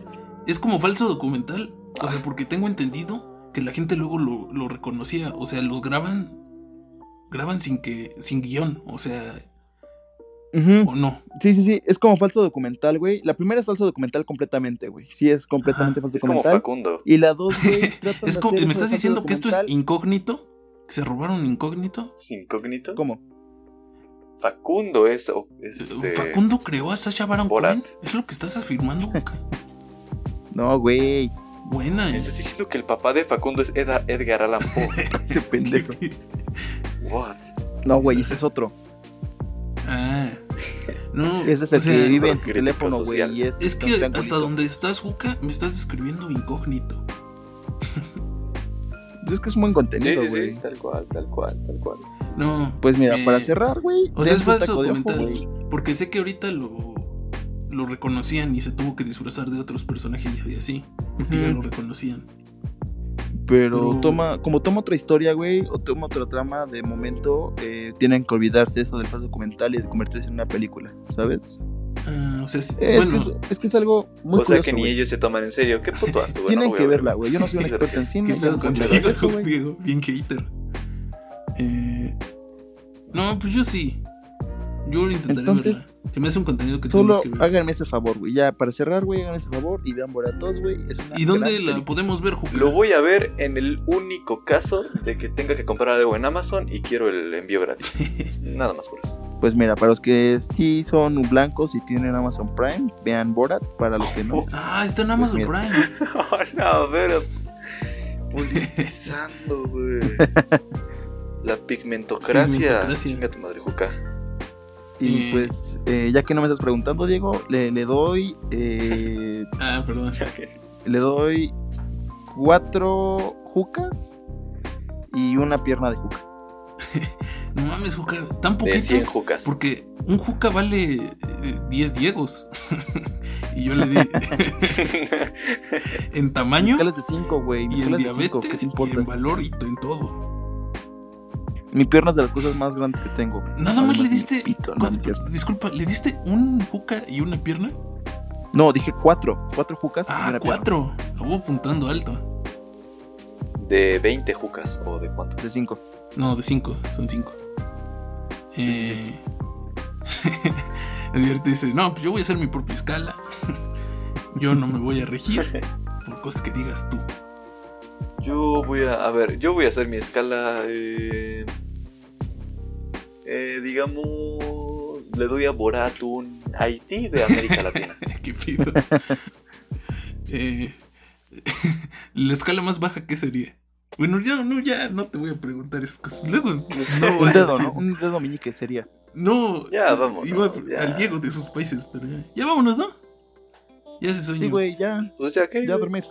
Speaker 1: ¿es como falso documental? O sea, porque tengo entendido que la gente luego lo, lo reconocía. O sea, los graban. Graban sin que. sin guión. O sea,
Speaker 8: Ujú.
Speaker 1: o no.
Speaker 8: Sí, sí, sí. Es como falso documental, güey. La primera es falso documental completamente, güey. Sí, es completamente falso
Speaker 2: Es como
Speaker 8: documental.
Speaker 2: Facundo.
Speaker 8: y la dos, güey, tratan
Speaker 1: Es
Speaker 8: de
Speaker 1: como-
Speaker 8: hacer
Speaker 1: ¿Me estás
Speaker 8: eso de falso
Speaker 1: diciendo que esto es
Speaker 8: documental.
Speaker 1: incógnito? ¿Que se robaron incógnito?
Speaker 2: ¿Es incógnito?
Speaker 8: ¿Cómo? Uh,
Speaker 2: Facundo es, o- es este...
Speaker 1: ¿Facundo creó a Sasha Baron
Speaker 2: Borat.
Speaker 1: Cohen? ¿Es lo que estás afirmando, Luca?
Speaker 8: No, güey.
Speaker 1: Buena,
Speaker 2: ¿Me
Speaker 1: eh.
Speaker 2: Estás diciendo que el papá de Facundo es Eda- Edgar Allan Poe.
Speaker 8: Qué pendejo.
Speaker 2: What?
Speaker 8: No, güey, ese es otro.
Speaker 1: Ah. No,
Speaker 8: Ese es
Speaker 1: o
Speaker 8: el
Speaker 1: sea,
Speaker 8: que vive en tu
Speaker 2: crítico
Speaker 8: teléfono, güey.
Speaker 2: social.
Speaker 8: y Es,
Speaker 1: Es
Speaker 8: un
Speaker 1: que hasta
Speaker 8: triangulito.
Speaker 1: donde estás, Juca, me estás describiendo incógnito.
Speaker 8: Es que es un buen
Speaker 2: Sí,
Speaker 8: contenido,
Speaker 2: sí,
Speaker 8: güey.
Speaker 2: sí. Tal cual, tal cual, tal cual.
Speaker 1: No.
Speaker 8: Pues mira,
Speaker 1: eh,
Speaker 8: para cerrar, güey.
Speaker 1: O sea, es
Speaker 8: dense un
Speaker 1: falso
Speaker 8: taco de ojo,
Speaker 1: documental.
Speaker 8: güey.
Speaker 1: Porque sé que ahorita lo, lo reconocían y se tuvo que disfrazar de otros personajes y así. Porque ya lo
Speaker 8: Ujú.
Speaker 1: reconocían.
Speaker 8: Pero
Speaker 1: Pero-
Speaker 8: toma, como toma otra historia, güey, o toma otra trama, de momento eh, tienen que olvidarse eso del falso documental y de convertirse en una película, ¿sabes?
Speaker 1: Ah, o sea, es-
Speaker 8: Es,
Speaker 1: bueno,
Speaker 8: que, es, es que es algo muy
Speaker 2: o sea que
Speaker 8: curioso,
Speaker 2: ni
Speaker 8: güey.
Speaker 2: ellos se toman en serio. Qué puto asco, güey. no
Speaker 8: Tienen
Speaker 2: voy a
Speaker 8: que
Speaker 2: ver,
Speaker 8: verla, güey. Yo no soy un
Speaker 2: Muchas
Speaker 8: experto en
Speaker 2: gracias.
Speaker 1: Qué
Speaker 8: cine.
Speaker 1: pedo
Speaker 8: yo no soy
Speaker 1: contigo,
Speaker 8: experto, güey.
Speaker 1: Diego, bien hater. Eh, no, pues yo sí. Yo lo intentaré
Speaker 8: Entonces,
Speaker 1: verla. Se me hace un contenido que
Speaker 8: Solo
Speaker 1: tenemos que ver.
Speaker 8: háganme ese favor, güey. Ya, para cerrar, güey, háganme ese favor y vean Boratos, güey. Es una
Speaker 1: ¿Y dónde
Speaker 8: gran
Speaker 1: la
Speaker 8: película.
Speaker 1: podemos ver, Juca?
Speaker 2: Lo voy a ver en el único caso de que tenga que comprar algo en Amazon y quiero el envío gratis. Nada más por eso.
Speaker 8: Pues mira, para los que sí son blancos y tienen Amazon Prime,
Speaker 1: Oh,
Speaker 8: vean Borat. Para los que no,
Speaker 1: Ah, está en Amazon
Speaker 8: Pues
Speaker 1: Prime.
Speaker 2: no, pero. Politizando, güey. La pigmentocracia.
Speaker 1: Pigmentocracia.
Speaker 2: Chinga tu madre, Juca.
Speaker 8: Y
Speaker 1: Eh.
Speaker 8: pues, eh, ya que no me estás preguntando, Diego, le, le doy. eh,
Speaker 1: Ah, perdón.
Speaker 8: le doy cuatro jucas y una pierna de juca.
Speaker 1: No mames, Juca, tan
Speaker 2: De 100
Speaker 1: poquito.
Speaker 2: Jucas.
Speaker 1: Porque un Juca vale eh, 10 Diegos. y yo le di en tamaño,
Speaker 8: Escalas de cinco, güey.
Speaker 1: y en
Speaker 8: Escalas de cinco, ¿qué
Speaker 1: diabetes,
Speaker 8: te
Speaker 1: y
Speaker 8: importa?
Speaker 1: en valor, y en todo.
Speaker 8: Mi pierna es de las cosas más grandes que tengo.
Speaker 1: Nada más
Speaker 8: Además,
Speaker 1: le
Speaker 8: mi
Speaker 1: diste.
Speaker 8: pito, no,
Speaker 1: ¿cuál-
Speaker 8: no es cierto.
Speaker 1: disculpa, ¿le diste un Juca y una pierna?
Speaker 8: No, dije cuatro. Cuatro jucas. y
Speaker 1: Ah,
Speaker 8: una pierna.
Speaker 1: cuatro. Acabó apuntando alto.
Speaker 2: De 20 Jucas. ¿O de cuánto?
Speaker 8: De cinco.
Speaker 1: No, de cinco, son cinco. Eh. Edgar te Eh, dice: No, pues yo voy a hacer mi propia escala. yo no me voy a regir por cosas que digas tú.
Speaker 2: Yo voy a. A ver, yo voy a hacer mi escala. Eh, eh, digamos. Le doy a Borat un Haití de América Latina.
Speaker 1: ¿Qué pido? Eh, la escala más baja, ¿qué sería? Bueno, ya no, ya no te voy a preguntar esas cosas. Luego no
Speaker 8: Un
Speaker 1: vas a
Speaker 8: dedo,
Speaker 1: decir-
Speaker 8: ¿no? Un dedo meñique sería.
Speaker 1: No,
Speaker 2: Ya, vámonos,
Speaker 1: Iba a-
Speaker 2: ya.
Speaker 1: al Diego de sus países, pero ya. Ya vámonos, ¿no? Ya se soñó.
Speaker 8: Sí, güey, ya.
Speaker 2: O sea, ¿qué?
Speaker 8: Ya a dormir.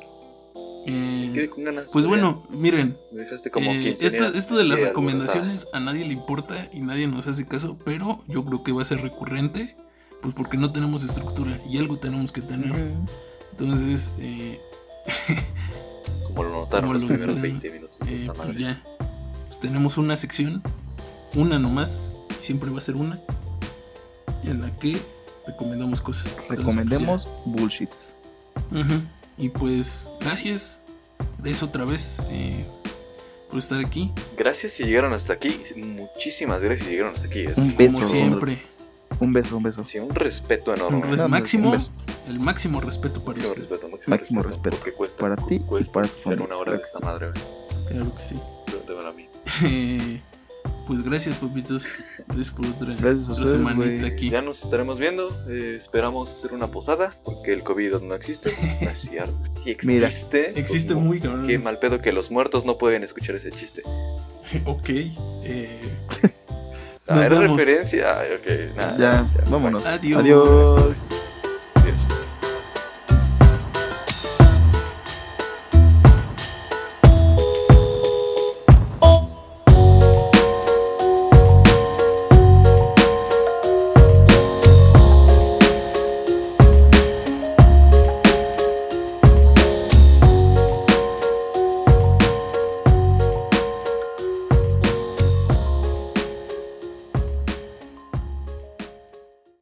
Speaker 1: Eh,
Speaker 2: Quedé con ganas.
Speaker 1: pues
Speaker 2: Ya,
Speaker 1: bueno, miren.
Speaker 2: Me dejaste como
Speaker 1: eh,
Speaker 2: quinceañera.
Speaker 1: esto, esto de las
Speaker 2: Sí,
Speaker 1: recomendaciones a nadie le importa y nadie nos hace caso, pero yo creo que va a ser recurrente, pues porque no tenemos estructura y algo tenemos que tener. Entonces, eh,
Speaker 2: alguna, Como lo notaron
Speaker 1: Como
Speaker 2: los
Speaker 1: lo
Speaker 2: primeros
Speaker 1: notaron.
Speaker 2: 20 minutos de
Speaker 1: Eh,
Speaker 2: esta
Speaker 1: pues
Speaker 2: madre.
Speaker 1: ya. Pues tenemos una sección, una nomás, y siempre va a ser una, en la que recomendamos cosas. Entonces, pues,
Speaker 8: Recomendemos bullshits.
Speaker 1: ya. Ujú. Y pues, gracias. Gracias otra vez eh, por estar aquí.
Speaker 2: Gracias si llegaron hasta aquí. Muchísimas gracias si llegaron hasta aquí. Es
Speaker 8: Un beso.
Speaker 1: Como siempre,
Speaker 8: Un beso, un beso.
Speaker 2: sí, un respeto
Speaker 1: un
Speaker 2: enorme.
Speaker 1: res-
Speaker 8: No, no,
Speaker 1: máximo,
Speaker 8: un beso.
Speaker 1: el máximo respeto para
Speaker 2: Máximo
Speaker 1: ustedes.
Speaker 2: respeto,
Speaker 8: Máximo respeto.
Speaker 2: Porque cuesta,
Speaker 8: Para ti y
Speaker 2: cuesta
Speaker 8: para tu
Speaker 2: hacer
Speaker 8: familia.
Speaker 2: una hora de
Speaker 8: Claro que
Speaker 2: esta
Speaker 8: sí.
Speaker 2: madre. güey.
Speaker 1: Claro que sí.
Speaker 2: Pregúntamelo a mí.
Speaker 1: Eh, pues gracias, papitos. Gracias por otra,
Speaker 8: Gracias a
Speaker 1: otra
Speaker 8: ustedes,
Speaker 1: semanita
Speaker 8: güey.
Speaker 1: aquí.
Speaker 2: Ya nos estaremos viendo. eh, esperamos hacer una posada porque el COVID no existe. No es cierto. Sí
Speaker 8: Mira.
Speaker 2: existe.
Speaker 1: Existe
Speaker 2: Como-
Speaker 1: muy cabrón.
Speaker 2: Qué mal pedo que los muertos no pueden escuchar ese chiste.
Speaker 1: Ok. eh,
Speaker 2: Ah,
Speaker 1: nos
Speaker 2: era
Speaker 1: vemos.
Speaker 2: referencia. Ay, ok, nada,
Speaker 8: Ya,
Speaker 2: ya,
Speaker 8: vámonos.
Speaker 1: Adiós.
Speaker 8: Adiós.